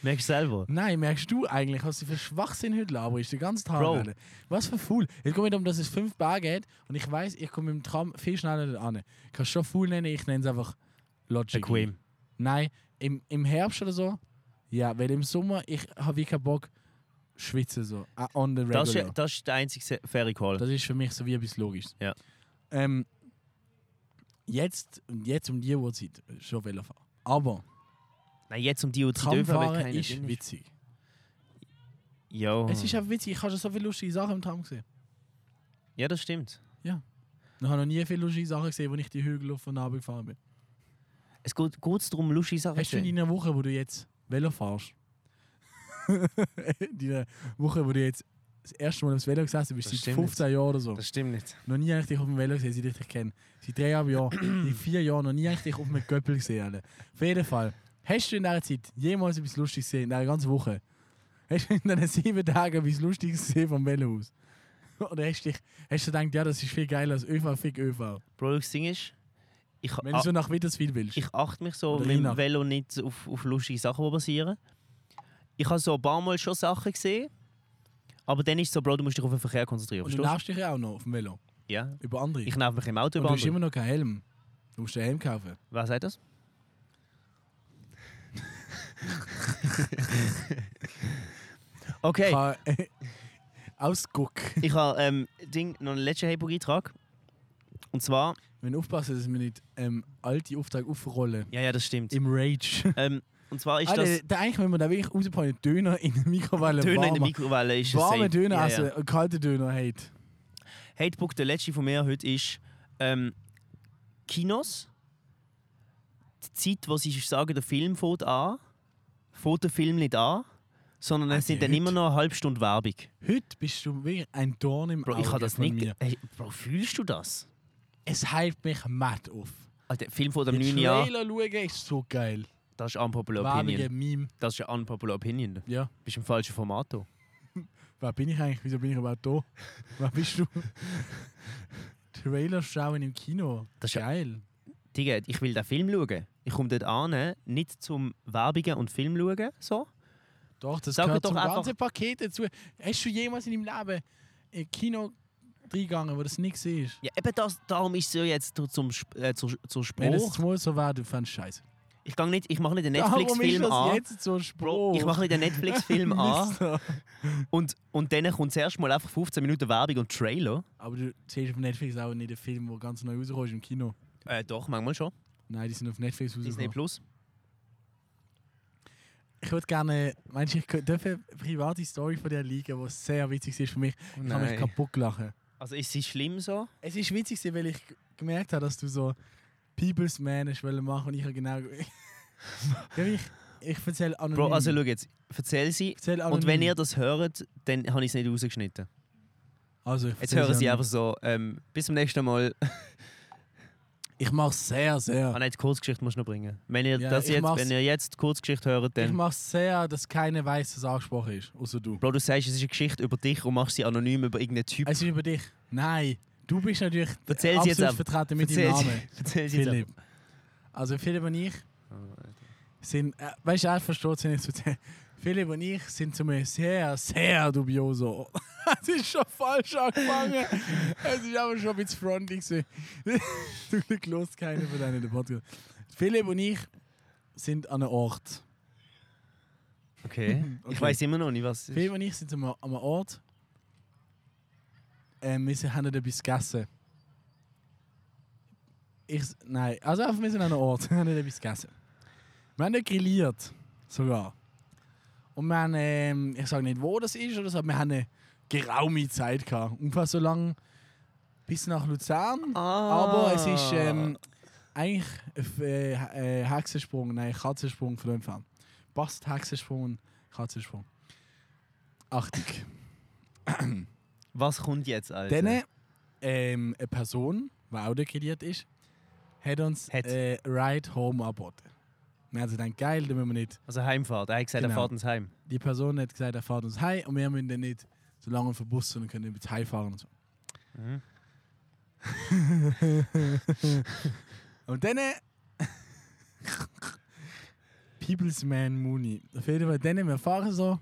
Speaker 4: Merkst du selber?
Speaker 3: Nein, merkst du eigentlich, was du für Schwachsinn heute laberst, den ganzen Tag.
Speaker 4: Bro.
Speaker 3: Alter. Was für Fool. Jetzt kommt darum, dass es 5 Bar geht und ich weiß, ich komme mit dem Tram viel schneller da an. Kannst schon Fool nennen, ich nenne es einfach Logic.
Speaker 4: Bequem.
Speaker 3: Nein, im, im Herbst oder so. Ja, weil im Sommer, ich habe wie keinen Bock, schwitzen so. äh, On the regular.
Speaker 4: Das ist, das ist der einzige se- faire Call.
Speaker 3: Das ist für mich so wie etwas Logisches.
Speaker 4: Ja.
Speaker 3: Ähm, jetzt, und jetzt um die Uhrzeit schon Velo fahren. Aber
Speaker 4: Nein, jetzt um die Uhr zu dürfen, weil
Speaker 3: Tramfahren
Speaker 4: keiner
Speaker 3: ist
Speaker 4: drin ist.
Speaker 3: witzig.
Speaker 4: Ja.
Speaker 3: Es ist einfach witzig. Ich habe schon so viele lustige Sachen im Tram gesehen.
Speaker 4: ja, das stimmt.
Speaker 3: Ich habe noch nie viele lustige Sachen gesehen, als ich die Hügel auf und ab gefahren bin.
Speaker 4: Es geht geht's darum, lustige Sachen
Speaker 3: Hast
Speaker 4: zu
Speaker 3: du in
Speaker 4: sehen.
Speaker 3: einer Woche, wo du jetzt Velo
Speaker 4: <laughs>
Speaker 3: fährst, in deiner Woche, wo du jetzt das erste Mal aufs Velo gesessen bist,
Speaker 4: Das
Speaker 3: seit
Speaker 4: stimmt
Speaker 3: 15 Jahren oder so,
Speaker 4: stimmt nicht.
Speaker 3: noch nie habe ich dich auf dem Velo gesehen, seit ich dich kenne. Seit dreieinhalb
Speaker 4: <clears throat>
Speaker 3: Jahren, seit vier Jahren, noch nie habe ich dich auf einem Göppel gesehen. Alter. Auf jeden Fall, hast du in dieser Zeit jemals etwas Lustiges gesehen, in dieser ganzen Woche? Hast du in diesen sieben Tagen etwas Lustiges gesehen vom Velo aus? Oder hast du, dich, hast du gedacht, ja, das ist viel geiler als ÖV, fick ÖV?
Speaker 4: Bro, das Ding ist, ich,
Speaker 3: Wenn du so nach Wiederswil willst.
Speaker 4: Ah. ich achte mich so
Speaker 3: Oder
Speaker 4: mit dem
Speaker 3: Rina.
Speaker 4: Velo nicht auf, auf lustige Sachen, die passieren. Ich habe so ein paar Mal schon Sachen gesehen, aber dann ist es so, Bro, du musst dich auf den Verkehr konzentrieren.
Speaker 3: Und du
Speaker 4: Verstehst
Speaker 3: nervst dich ja auch noch auf dem Velo.
Speaker 4: du? Ja.
Speaker 3: Über andere.
Speaker 4: Ich nerv mich im Auto
Speaker 3: Und
Speaker 4: über
Speaker 3: du hast
Speaker 4: andere.
Speaker 3: immer noch keinen Helm. Du musst einen Helm kaufen.
Speaker 4: Wer sagt das? okay,
Speaker 3: Kann, <laughs> Ausguck.
Speaker 4: ich habe ähm, Ding, noch einen letzten Hypogie-Trag. Und zwar,
Speaker 3: Wenn aufpassen, dass wir nicht ähm, alte Auftrag aufrollen.
Speaker 4: ja, ja, das stimmt.
Speaker 3: Im <laughs> Rage.
Speaker 4: Ähm, und zwar ist
Speaker 3: Alter,
Speaker 4: das
Speaker 3: da eigentlich, wenn man da wirklich rauspacken, Döner in Ah, der Mikrowelle
Speaker 4: Töne in der
Speaker 3: warm-
Speaker 4: Mikrowelle ist
Speaker 3: Warme
Speaker 4: safe.
Speaker 3: Döner
Speaker 4: Ja,
Speaker 3: essen,
Speaker 4: ja.
Speaker 3: und kalte Döner hate.
Speaker 4: Hatebook, der letzte von mir heute ist ähm, Kinos. Die Zeit, wo sie sagen, der Film fängt an, fängt der Film nicht an, sondern es
Speaker 3: Also
Speaker 4: sind dann
Speaker 3: heute-
Speaker 4: immer noch eine halbe Stunde Werbung.
Speaker 3: Heute bist du wirklich ein Dorn im
Speaker 4: Bro,
Speaker 3: Auge
Speaker 4: ich habe das
Speaker 3: von
Speaker 4: nicht.
Speaker 3: Mir.
Speaker 4: Ey, Bro, fühlst du das?
Speaker 3: Es hypt mich matt auf.
Speaker 4: Alter, der Film vor dem
Speaker 3: Den
Speaker 4: 9 Jahr,
Speaker 3: Trailer schauen ist so geil.
Speaker 4: das ist unpopular Opinion.
Speaker 3: Werbige Meme.
Speaker 4: Das ist eine unpopular Opinion. Du
Speaker 3: Ja.
Speaker 4: bist im falschen Format. da.
Speaker 3: Wer bin ich eigentlich? Wieso bin ich überhaupt
Speaker 4: <laughs>
Speaker 3: da? Wer bist du? Trailer schauen im Kino.
Speaker 4: Das ist ja-
Speaker 3: geil.
Speaker 4: Digga, ich will den Film schauen. Ich komme dort an, nicht zum Werbungen und Film schauen, so.
Speaker 3: Doch, das
Speaker 4: Sag
Speaker 3: gehört
Speaker 4: doch
Speaker 3: zum
Speaker 4: einfach-
Speaker 3: ganzen Paket dazu. Hast du jemals in deinem Leben in Kino reingegangen, wo das nichts ist?
Speaker 4: Ja, eben das, darum ist es ja jetzt zu- zum, Sp- äh, zur, zur
Speaker 3: Wenn es
Speaker 4: Spruch.
Speaker 3: mal so wäre, du fändest scheiße.
Speaker 4: Ich gang nicht, ich mache nicht den
Speaker 3: Darum ist
Speaker 4: Netflix-Film
Speaker 3: das
Speaker 4: an.
Speaker 3: jetzt so ein Spruch.
Speaker 4: Bro, ich mache nicht
Speaker 3: <laughs>
Speaker 4: den Netflix-Film an
Speaker 3: Mister.
Speaker 4: und, und dann kommt zuerst mal einfach 15 Minuten Werbung und Trailer.
Speaker 3: Aber du siehst auf Netflix auch nicht den Film, der ganz neu rauskommt im Kino.
Speaker 4: Äh, doch, manchmal schon.
Speaker 3: Nein, die sind auf Netflix
Speaker 4: Disney
Speaker 3: rausgekommen.
Speaker 4: Plus.
Speaker 3: Ich würde gerne, meinst du, ich kö- darf eine private Story von dir liegen, die sehr witzig ist für mich. Ich kann mich kaputt lachen.
Speaker 4: Also ist es schlimm so?
Speaker 3: Es ist witzig, gewesen, weil ich g- gemerkt habe, dass du so People's Man hast wollen machen und ich habe genau. <laughs> ja, ich, ich erzähle anonym.
Speaker 4: Bro, also schau jetzt, erzähl sie.
Speaker 3: erzähl anonym.
Speaker 4: Und wenn ihr das hört, dann habe ich es nicht rausgeschnitten.
Speaker 3: Also, ich
Speaker 4: Jetzt
Speaker 3: erzähl's
Speaker 4: hören sie
Speaker 3: anonym.
Speaker 4: einfach so, ähm, bis zum nächsten Mal.
Speaker 3: Ich mache sehr,
Speaker 4: Ah
Speaker 3: sehr.
Speaker 4: nein, die Kurzgeschichte musst du noch bringen. Wenn ihr,
Speaker 3: Ja,
Speaker 4: das
Speaker 3: ich
Speaker 4: jetzt,
Speaker 3: mach's.
Speaker 4: wenn ihr jetzt die Kurzgeschichte hört,
Speaker 3: Ich
Speaker 4: dann...
Speaker 3: mache sehr, dass keiner weiß, dass angesprochen ist, außer du.
Speaker 4: Bro, du sagst, es ist eine Geschichte über dich und machst sie anonym über irgendeinen Typ.
Speaker 3: Es ist über dich. Nein, du bist natürlich
Speaker 4: Erzähl's
Speaker 3: absolut
Speaker 4: jetzt ab.
Speaker 3: vertreten mit
Speaker 4: Erzähl
Speaker 3: deinem
Speaker 4: sie-
Speaker 3: Namen.
Speaker 4: <laughs> erzähl sie jetzt
Speaker 3: Philipp. Also Philipp und ich sind, äh, weißt du, er versteht es nicht zu erzählen. Philipp und ich sind zu einem sehr, sehr dubiosen Ort. <laughs> Es ist schon falsch angefangen. es ist aber schon ein bisschen frontig. gewesen. <laughs> Zum Glück los keiner von denen in den Podcast. Philipp und ich sind an einem Ort.
Speaker 4: Okay.
Speaker 3: <laughs>
Speaker 4: Ich
Speaker 3: Okay.
Speaker 4: weiß immer noch nicht, was es
Speaker 3: Philipp
Speaker 4: ist.
Speaker 3: und ich sind an einem, an einem Ort. Ähm, wir sind- haben dort etwas gegessen. Ich, nein, also einfach, wir sind an einem Ort. <laughs> Wir haben dort etwas gegessen. Wir haben dort grilliert. Sogar. Und wir haben, ähm, ich sage nicht, wo das ist oder so, aber wir haben eine geraume Zeit gehabt. Ungefähr so lange bis nach Luzern.
Speaker 4: Ah.
Speaker 3: Aber es ist ähm, eigentlich ein F- äh, äh, Hexensprung, nein, Katzensprung von dem Fall. Passt Hexensprung und Katzensprung. Achtung.
Speaker 4: Was kommt jetzt, Alter?
Speaker 3: Dann ähm, eine Person, die auch dekoriert ist, hat uns
Speaker 4: Hat.
Speaker 3: äh, Ride Home angeboten. Wir haben sie gedacht, geil, dann müssen wir nicht.
Speaker 4: Also Heimfahrt. Er hat gesagt, er
Speaker 3: Genau.
Speaker 4: fährt uns heim.
Speaker 3: Die Person hat gesagt, er fährt uns heim und wir müssen dann nicht solange wir vom Bus sind, können wir mit heimfahren und so.
Speaker 4: Mhm.
Speaker 3: Und dann. äh, People's Man Mooney. Auf jeden Fall, dann, wir fahren so.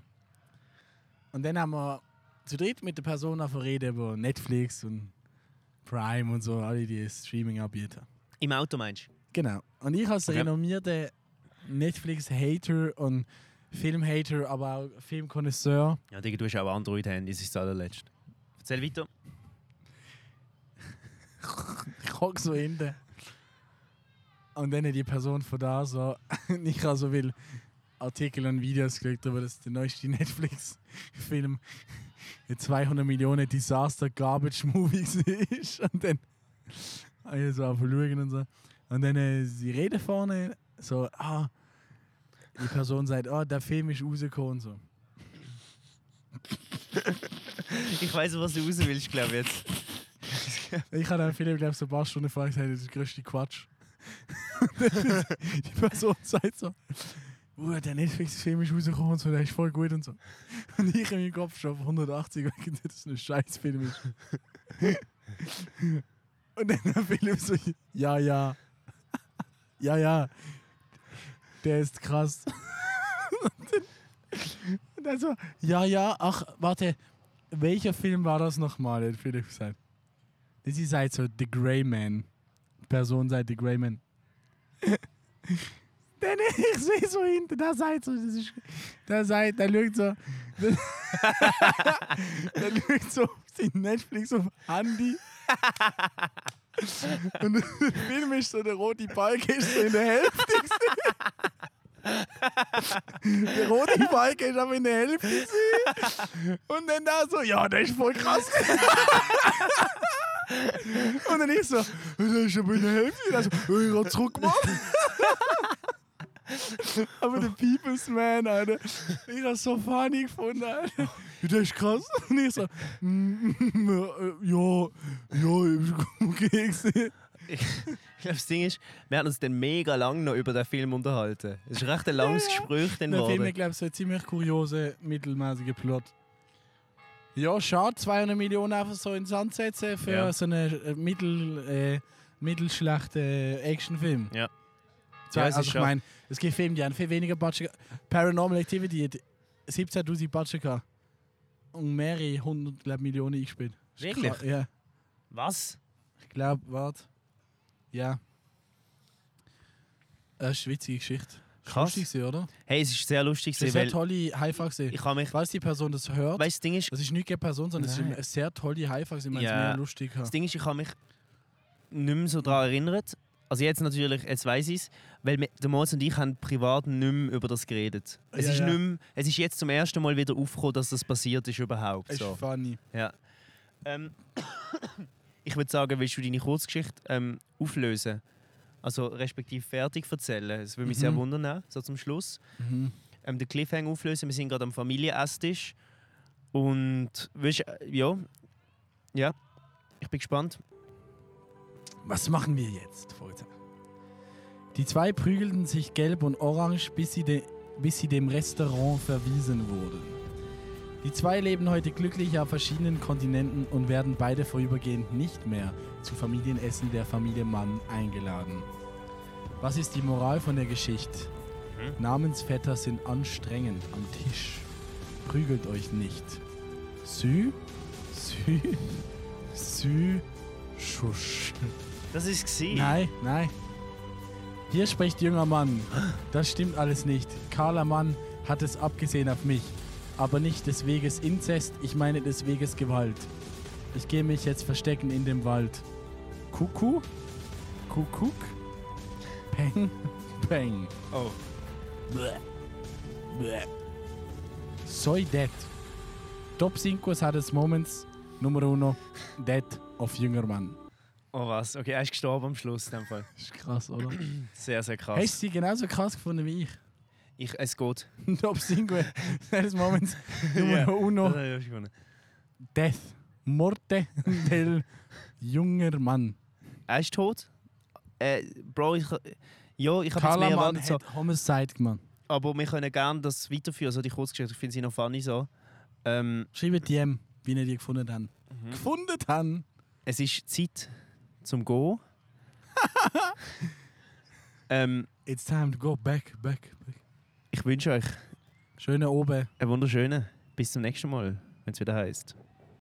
Speaker 3: Und dann haben wir zu dritt mit der Person auf reden über Netflix und Prime und so, alle die Streaming-Anbieter.
Speaker 4: Im Auto meinst du?
Speaker 3: Genau. Und ich als
Speaker 4: Okay.
Speaker 3: renommierter Netflix-Hater und Film-Hater, aber auch Filmkonnoisseur, <laughs>
Speaker 4: Ja, Digga, du hast auch Android-Handys, ist das allerletzte. Erzähl weiter.
Speaker 3: ich hock so hinten. Und dann die Person von da so, <laughs> ich habe so viel Artikel und Videos gekriegt, aber das ist der neueste Netflix-Film. ein 200 Millionen Disaster Garbage Movies ist. <laughs> Und dann habe ich so auf Schauen und so. Und dann äh, sie reden vorne so, ah, die Person sagt, ah, der Film ist rausgekommen und so.
Speaker 4: Ich weiß, was du raus willst, glaube ich jetzt.
Speaker 3: Ich habe dann Philipp, glaube ich, so ein paar Stunden vorher gesagt, das ist der größte Quatsch. die Person sagt so, uh, der Netflix-Film ist rausgekommen und so, der ist voll gut und so. Und ich in meinem Kopf schon auf 180, wegen dem, dass es ein Scheißfilm ist. und dann hat Philipp so, ja, ja, ja, ja, der ist krass. und dann so, ja, ja, ach, warte, welcher Film war das nochmal, hat Philipp gesagt. Sie seid halt so The Grey Man. Die Person seid The Grey Man. <laughs> Denn ich sehe so hinten, da seid so, das ist, da seid, da lügt so, da, da lügt so auf die Netflix auf Handy. Und der Film ist so, der rote Balken ist so in der Hälfte. gewesen. der rote Balken ist aber in der Hälfte. gewesen. Und dann da so, ja, der ist voll krass. Und dann ich so, das ist aber in der Hälfte. Also, ich hab zurückgemacht. <laughs> aber der People's Man, Alter. Ich hab so funny gefunden, Alter. Das ist krass. Und ich so, mm, <laughs> mm, ja, ja, ist okay. gewesen.
Speaker 4: Ich glaube, das Ding ist, wir haben uns dann mega lang noch über den Film unterhalten. Es ist recht ein langes Gespräch dann
Speaker 3: Der Film, ich
Speaker 4: geworden.
Speaker 3: glaube, so ein ziemlich kurioser, mittelmäßiger Plot. Ja, schade, 200 Millionen einfach so in den Sand setzen für
Speaker 4: Ja.
Speaker 3: so einen äh, mittel, äh, mittelschlechten äh, Actionfilm.
Speaker 4: Ja.
Speaker 3: Zwei,
Speaker 4: Ja, es
Speaker 3: also
Speaker 4: ist
Speaker 3: ich
Speaker 4: schon-
Speaker 3: meine, es gibt Filme, die haben viel weniger Budget. gehabt. Paranormal Activity hat 17.000 Budget gehabt. Und mehrere hundert glaub, Millionen eingespielt. Ist
Speaker 4: Wirklich?
Speaker 3: kra- Ja.
Speaker 4: Was?
Speaker 3: Ich glaube, warte. Ja. Das ist eine witzige Geschichte. Ist
Speaker 4: Krass.
Speaker 3: lustig gewesen, oder?
Speaker 4: Hey, es ist sehr lustig,
Speaker 3: Das ist
Speaker 4: weil
Speaker 3: eine sehr tolle Haifa gesehen.
Speaker 4: ich habe mich.
Speaker 3: Falls die Person das hört,
Speaker 4: Weißt du, das Ding ist,
Speaker 3: das ist nicht eine Person, sondern es ist
Speaker 4: Nein.
Speaker 3: eine sehr tolle Haifa gesehen, wenn
Speaker 4: Ja.
Speaker 3: es mir lustig
Speaker 4: Das
Speaker 3: hat.
Speaker 4: Ding ist, ich habe mich nicht mehr so daran erinnert. Also jetzt natürlich, jetzt weiß ich es, weil wir- der Moritz und ich haben privat nicht mehr über das geredet. Es,
Speaker 3: Ja,
Speaker 4: ist
Speaker 3: ja.
Speaker 4: Nicht mehr, es ist jetzt zum ersten Mal wieder aufgekommen, dass das passiert ist überhaupt.
Speaker 3: Ist
Speaker 4: So.
Speaker 3: funny.
Speaker 4: Ja. Ähm, ich würde sagen, willst du deine Kurzgeschichte ähm, auflösen? Also respektive fertig erzählen. Das würde mich sehr
Speaker 3: Mhm.
Speaker 4: wundern, ne? so zum Schluss.
Speaker 3: Mhm.
Speaker 4: Ähm, den Cliffhanger auflösen, wir sind gerade am Familienesstisch. Und, weißt, du, äh, ja, ja, ich bin gespannt.
Speaker 3: Was machen wir jetzt, Folter? Die zwei prügelten sich gelb und orange, bis sie, de bis sie dem Restaurant verwiesen wurden. Die zwei leben heute glücklich auf verschiedenen Kontinenten und werden beide vorübergehend nicht mehr zu Familienessen der Familie Mann eingeladen. Was ist die Moral von der Geschichte? Namensvetter sind anstrengend am Tisch. Prügelt euch nicht. Sü, sü, sü, schusch.
Speaker 4: Das ist gsi.
Speaker 3: Nein, nein. Hier spricht junger Mann. Das stimmt alles nicht. Karler Mann hat es abgesehen auf mich. Aber nicht des Weges Inzest, ich meine des Weges Gewalt. Ich gehe mich jetzt verstecken in dem Wald. Kuckuck? Kuckuck? Peng, peng.
Speaker 4: Oh.
Speaker 3: Bleh. Bleh. Soy dead. Top 5 hat es Moments. Nummer 1. Dead auf junger Mann.
Speaker 4: Oh was? Okay, er ist gestorben am Schluss in dem Fall.
Speaker 3: Ist krass, oder?
Speaker 4: Sehr, sehr krass.
Speaker 3: Hast du sie genauso krass gefunden wie ich?
Speaker 4: Ich, es geht.
Speaker 3: <laughs> Top 5. Eines <laughs> Moments. Nummer
Speaker 4: <laughs> Ja. Das
Speaker 3: uno.
Speaker 4: habe ich auch gewonnen.
Speaker 3: Death. Morte <laughs> del junger Mann.
Speaker 4: Er ist tot. Äh, Bro, ich. Ja, ich habe jetzt mehr
Speaker 3: Carla Mann
Speaker 4: erwartet. So,
Speaker 3: hat Homicide gemacht.
Speaker 4: Also aber wir können gerne das weiterführen, so die Kurzgeschichte. Ich finde sie noch funny so. Ähm,
Speaker 3: Schreibe DM. wie ihr die gefunden habt. Gefunden haben?
Speaker 4: Es ist Zeit zum Go. ähm,
Speaker 3: It's time to go back, back, back.
Speaker 4: ich wünsche euch
Speaker 3: Schöne oben.
Speaker 4: einen wunderschönen. Bis zum nächsten Mal, wenn es wieder heißt.